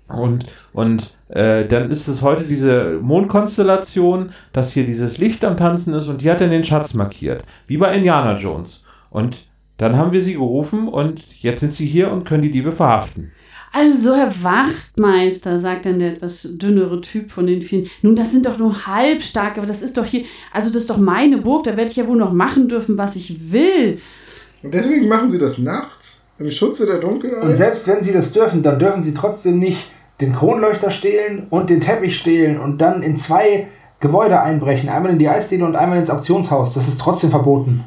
Und, und äh, dann ist es heute diese Mondkonstellation, dass hier dieses Licht am Tanzen ist und die hat dann den Schatz markiert. Wie bei Indiana Jones. Und dann haben wir sie gerufen und jetzt sind sie hier und können die Diebe verhaften. Also, Herr Wachtmeister, sagt dann der etwas dünnere Typ von den vielen. Nun, das sind doch nur halbstarke, aber das ist doch hier, also das ist doch meine Burg, da werde ich ja wohl noch machen dürfen, was ich will. Und deswegen machen sie das nachts, im Schutze der Dunkelheit. Und selbst wenn sie das dürfen, dann dürfen sie trotzdem nicht den Kronleuchter stehlen und den Teppich stehlen und dann in zwei Gebäude einbrechen. Einmal in die Eisdiele und einmal ins Auktionshaus. Das ist trotzdem verboten.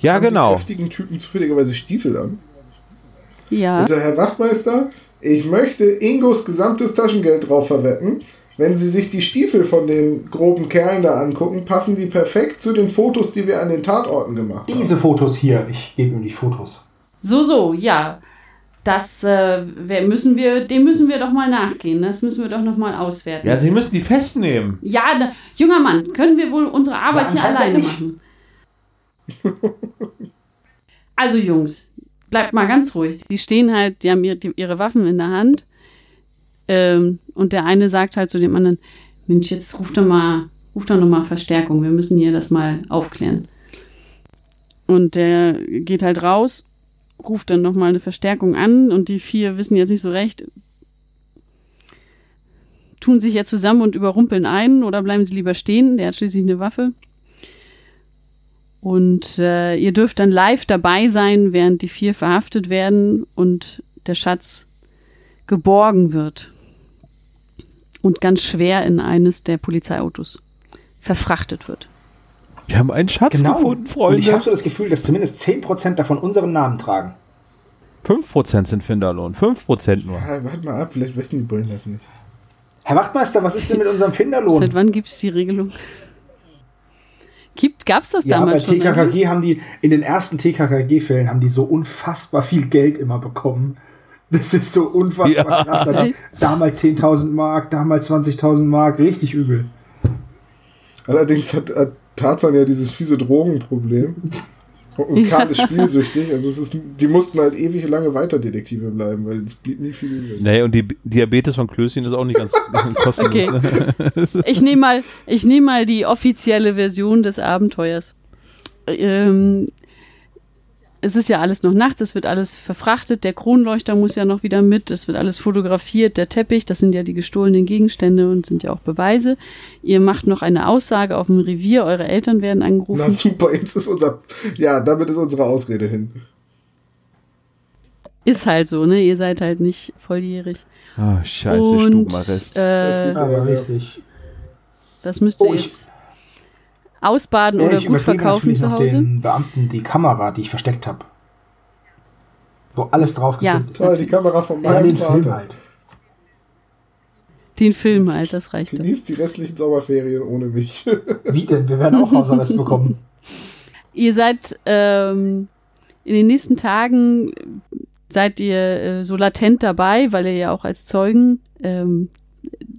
Ja, Haben die genau. kräftigen Typen zufälligerweise Stiefel an. Ja. Also, Herr Wachtmeister, ich möchte Ingos gesamtes Taschengeld drauf verwetten. Wenn Sie sich die Stiefel von den groben Kerlen da angucken, passen die perfekt zu den Fotos, die wir an den Tatorten gemacht haben. Diese Fotos hier, ich gebe ihm die Fotos. So, so, ja. Das äh, wer- müssen wir, dem müssen wir doch mal nachgehen. Das müssen wir doch noch mal auswerten. Ja, sie müssen die festnehmen. Ja, da, junger Mann, können wir wohl unsere Arbeit hier anscheinend alleine nicht. machen? also Jungs, bleibt mal ganz ruhig. Die stehen halt, die haben ihre, die, ihre Waffen in der Hand. Ähm, und der eine sagt halt zu dem anderen, Mensch, jetzt ruft doch mal, ruft doch noch mal Verstärkung. Wir müssen hier das mal aufklären. Und der geht halt raus, ruft dann noch mal eine Verstärkung an und die vier wissen jetzt nicht so recht, tun sich ja zusammen und überrumpeln einen oder bleiben sie lieber stehen. Der hat schließlich eine Waffe. Und äh, ihr dürft dann live dabei sein, während die vier verhaftet werden und der Schatz geborgen wird. Und ganz schwer in eines der Polizeiautos verfrachtet wird. Wir haben einen Schatz gefunden, Genau. Und ich habe Freunde. so das Gefühl, dass zumindest 10% davon unseren Namen tragen. 5% sind Finderlohn. 5% nur. Ah, warte mal ab, vielleicht wissen die Bullen das nicht. Herr Wachtmeister, was ist denn mit unserem Finderlohn? Seit wann gibt es die Regelung? Gibt, gab's das Ja, bei damals schon? ne? TKKG haben die, in den ersten TKKG-Fällen haben die so unfassbar viel Geld immer bekommen. Das ist so unfassbar Ja. krass. Da, da mal 10.000 Mark, da mal 20.000 Mark, richtig übel. Allerdings hat, hat Tarzan ja dieses fiese Drogenproblem. Und Karl ist spielsüchtig. Also es ist, die mussten halt ewig lange weiter Detektive bleiben, weil es blieb nie viel übrig. Nee, und die B- Diabetes von Klößchen ist auch nicht ganz kostenlos. Okay. ne? Ich nehme mal, ich nehme mal die offizielle Version des Abenteuers. Ähm, es ist ja alles noch nachts, es wird alles verfrachtet, der Kronleuchter muss ja noch wieder mit, es wird alles fotografiert, der Teppich, das sind ja die gestohlenen Gegenstände und sind ja auch Beweise. Ihr macht noch eine Aussage auf dem Revier, eure Eltern werden Na angerufen. super, jetzt ist unser. Ja, damit ist unsere Ausrede hin. Ist halt so, ne? Ihr seid halt nicht volljährig. Ah, scheiße, und Stubenarrest. äh, Ja, ja. richtig. das müsst ihr Oh, ich- jetzt ausbaden Ja, oder ich gut übergebe verkaufen natürlich zu noch Hause. den Beamten die Kamera, die ich versteckt habe. Wo alles drauf Ja. gefilmt ist. Toll, die Kamera von Ja, meinem den Film Vater. halt. Den Film halt, das reicht doch. Genießt die restlichen Sommerferien ohne mich. Wie denn? Wir werden auch Hausarrest bekommen. Ihr seid ähm, in den nächsten Tagen seid ihr äh, so latent dabei, weil ihr ja auch als Zeugen ähm,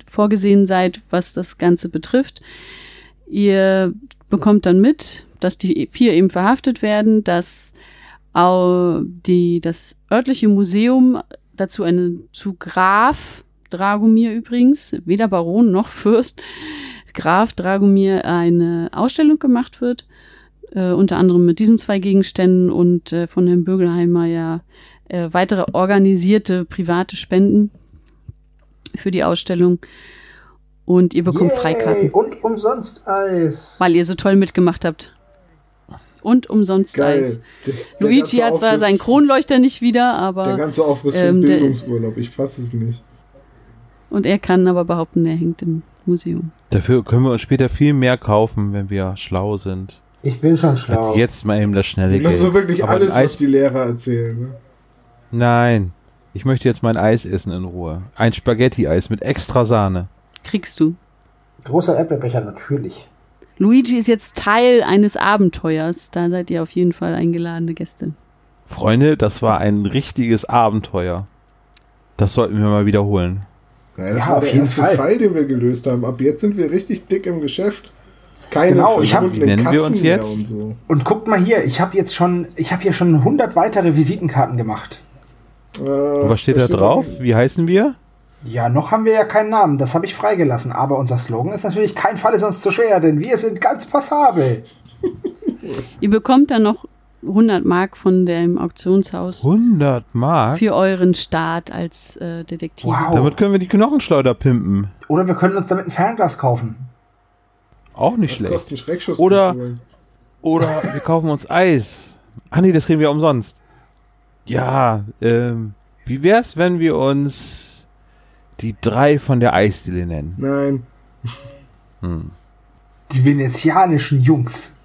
vorgesehen seid, was das Ganze betrifft. Ihr bekommt dann mit, dass die vier eben verhaftet werden, dass au- die, das örtliche Museum dazu eine zu Graf Dragomir übrigens, weder Baron noch Fürst, Graf Dragomir eine Ausstellung gemacht wird äh, unter anderem mit diesen zwei Gegenständen und äh, von Herrn Bögelheimer ja äh, weitere organisierte private Spenden für die Ausstellung. Und ihr bekommt Yay, Freikarten, Und umsonst Eis. weil ihr so toll mitgemacht habt. Und umsonst Eis. Der- der Luigi ganze hat zwar Aufriss- seinen Kronleuchter nicht wieder, Der aber ganze Aufriss für ähm, der- Bildungsurlaub, ich fasse es nicht. und er kann aber behaupten, er hängt im Museum. Dafür können wir uns später viel mehr kaufen, wenn wir schlau sind. Ich bin schon Als schlau. jetzt mal eben das schnelle Ich glaube Geld. so wirklich Aber alles, ein was Eis, die Lehrer erzählen. Ne? Nein. Ich möchte jetzt mein Eis essen in Ruhe. Ein Spaghetti-Eis mit extra Sahne. Kriegst du. Großer Äpfelbecher, natürlich. Luigi ist jetzt Teil eines Abenteuers. Da seid ihr auf jeden Fall eingeladene Gäste. Freunde, das war ein richtiges Abenteuer. Das sollten wir mal wiederholen. Naja, das Ja, war auf der jeden erste Fall. Fall, den wir gelöst haben. Ab jetzt sind wir richtig dick im Geschäft. Keine Genau, ich hab- Wie verschwundenen nennen wir Katzen uns mehr jetzt? und so. Und guckt mal hier, ich habe jetzt schon, ich habe hier schon 100 weitere Visitenkarten gemacht. Und Äh, was steht da drauf? Wie heißen wir? Ja, noch haben wir ja keinen Namen, das habe ich freigelassen. Aber unser Slogan ist natürlich, kein Fall ist uns zu schwer, denn wir sind ganz passabel. Ihr bekommt dann noch 100 Mark von dem Auktionshaus 100 Mark? für euren Start als äh, Detektiv. Wow. Damit können wir die Knochenschleuder pimpen. Oder wir können uns damit ein Fernglas kaufen. Auch nicht Das schlecht. kostet einen Schreckschuss. Oder- Pistolen. Oder wir kaufen uns Eis. Ach nee, das kriegen wir umsonst. Ja, ähm, wie wär's, wenn wir uns die drei von der Eisdiele nennen? Nein. Die venezianischen Jungs.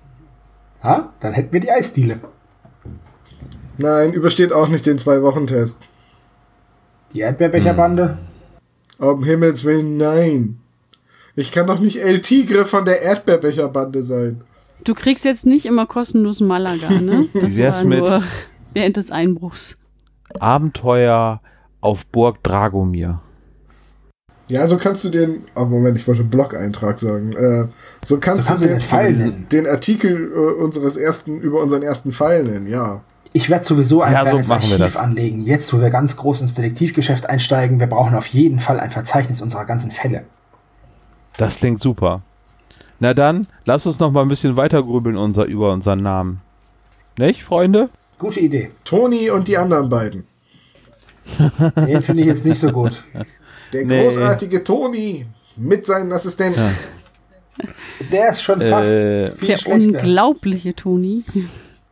Ja, dann hätten wir die Eisdiele. Nein, übersteht auch nicht den Zwei-Wochen-Test. Die Hm. Erdbeerbecherbande. Um Himmels Willen, nein. Ich kann doch nicht El Tigre von der Erdbeerbecherbande sein. Du kriegst jetzt nicht immer kostenlos Malaga, ne? Das wär's war mit- nur während des Einbruchs. Abenteuer auf Burg Dragomir. Ja, so kannst du den. Oh, Moment, ich wollte Blog-Eintrag sagen. Äh, so kannst So kannst du du den, den Fall nennen. den Artikel äh, unseres ersten, über unseren ersten Fall nennen, ja. Ich werde sowieso ein Ja, so kleines machen wir Archiv das. anlegen. Jetzt, wo wir ganz groß ins Detektivgeschäft einsteigen, wir brauchen auf jeden Fall ein Verzeichnis unserer ganzen Fälle. Das klingt super. Na dann, lass uns noch mal ein bisschen weiter grübeln unser, über unseren Namen. Nicht, Freunde? Gute Idee. Toni und die anderen beiden. Den finde ich jetzt nicht so gut. Der Nee. großartige Toni mit seinen Assistenten. Der ist schon fast Äh, viel Der schlechter. unglaubliche Toni.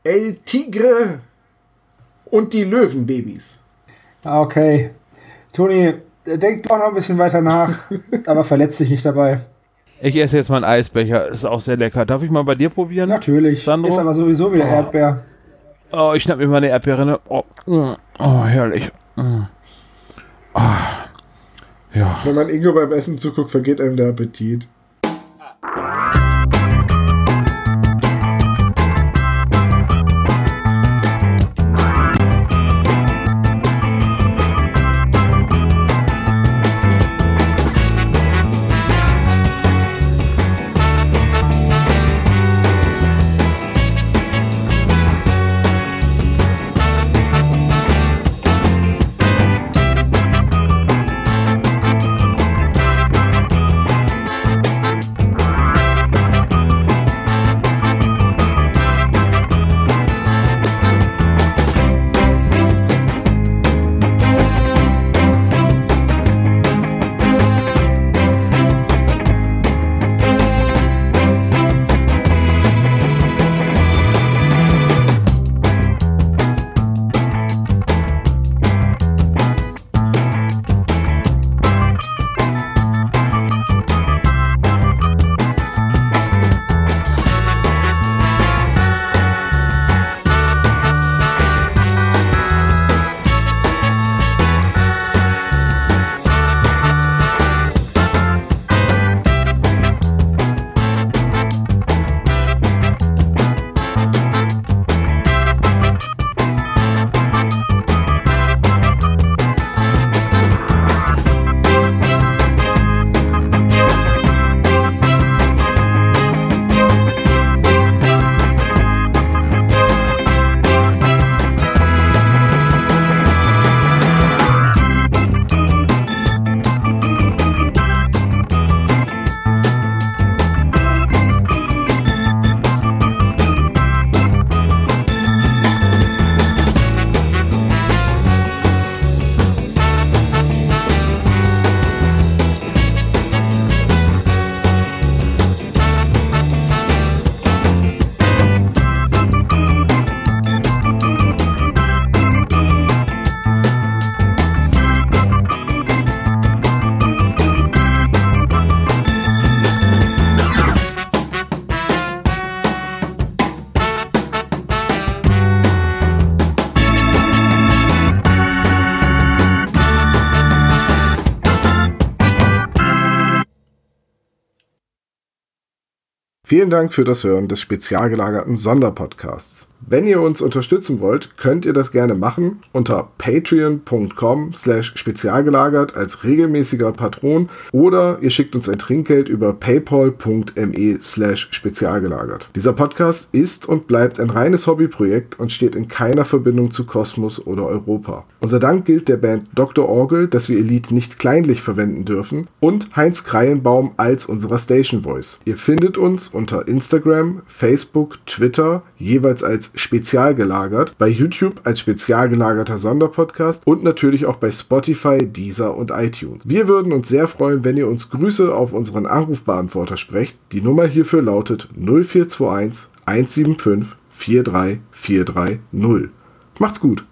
El Tigre und die Löwenbabys. Ah, Okay. Toni, denk doch noch ein bisschen weiter nach, aber verletz dich nicht dabei. Ich esse jetzt mal einen Eisbecher, ist auch sehr lecker. Darf ich mal bei dir probieren? Natürlich. Sandro? Ist aber sowieso wieder Erdbeer. Oh, ich schnapp mir mal eine Erdbeere. Oh, mm, oh herrlich. Mm. Ah, ja. Wenn man Ingo beim Essen zuguckt, vergeht einem der Appetit. Vielen Dank für das Hören des spezial gelagerten Sonderpodcasts. Wenn ihr uns unterstützen wollt, könnt ihr das gerne machen unter patreon.com slash spezialgelagert als regelmäßiger Patron oder ihr schickt uns ein Trinkgeld über paypal.me slash spezialgelagert. Dieser Podcast ist und bleibt ein reines Hobbyprojekt und steht in keiner Verbindung zu Kosmos oder Europa. Unser Dank gilt der Band Dr. Orgel, dass wir ihr Lied nicht kleinlich verwenden dürfen und Heinz Kreienbaum als unserer Station Voice. Ihr findet uns unter Instagram, Facebook, Twitter, jeweils als spezial gelagert, bei YouTube als spezial gelagerter Sonderpodcast und natürlich auch bei Spotify, Deezer und iTunes. Wir würden uns sehr freuen, wenn ihr uns Grüße auf unseren Anrufbeantworter sprecht. Die Nummer hierfür lautet 0421 175 43430. Macht's gut!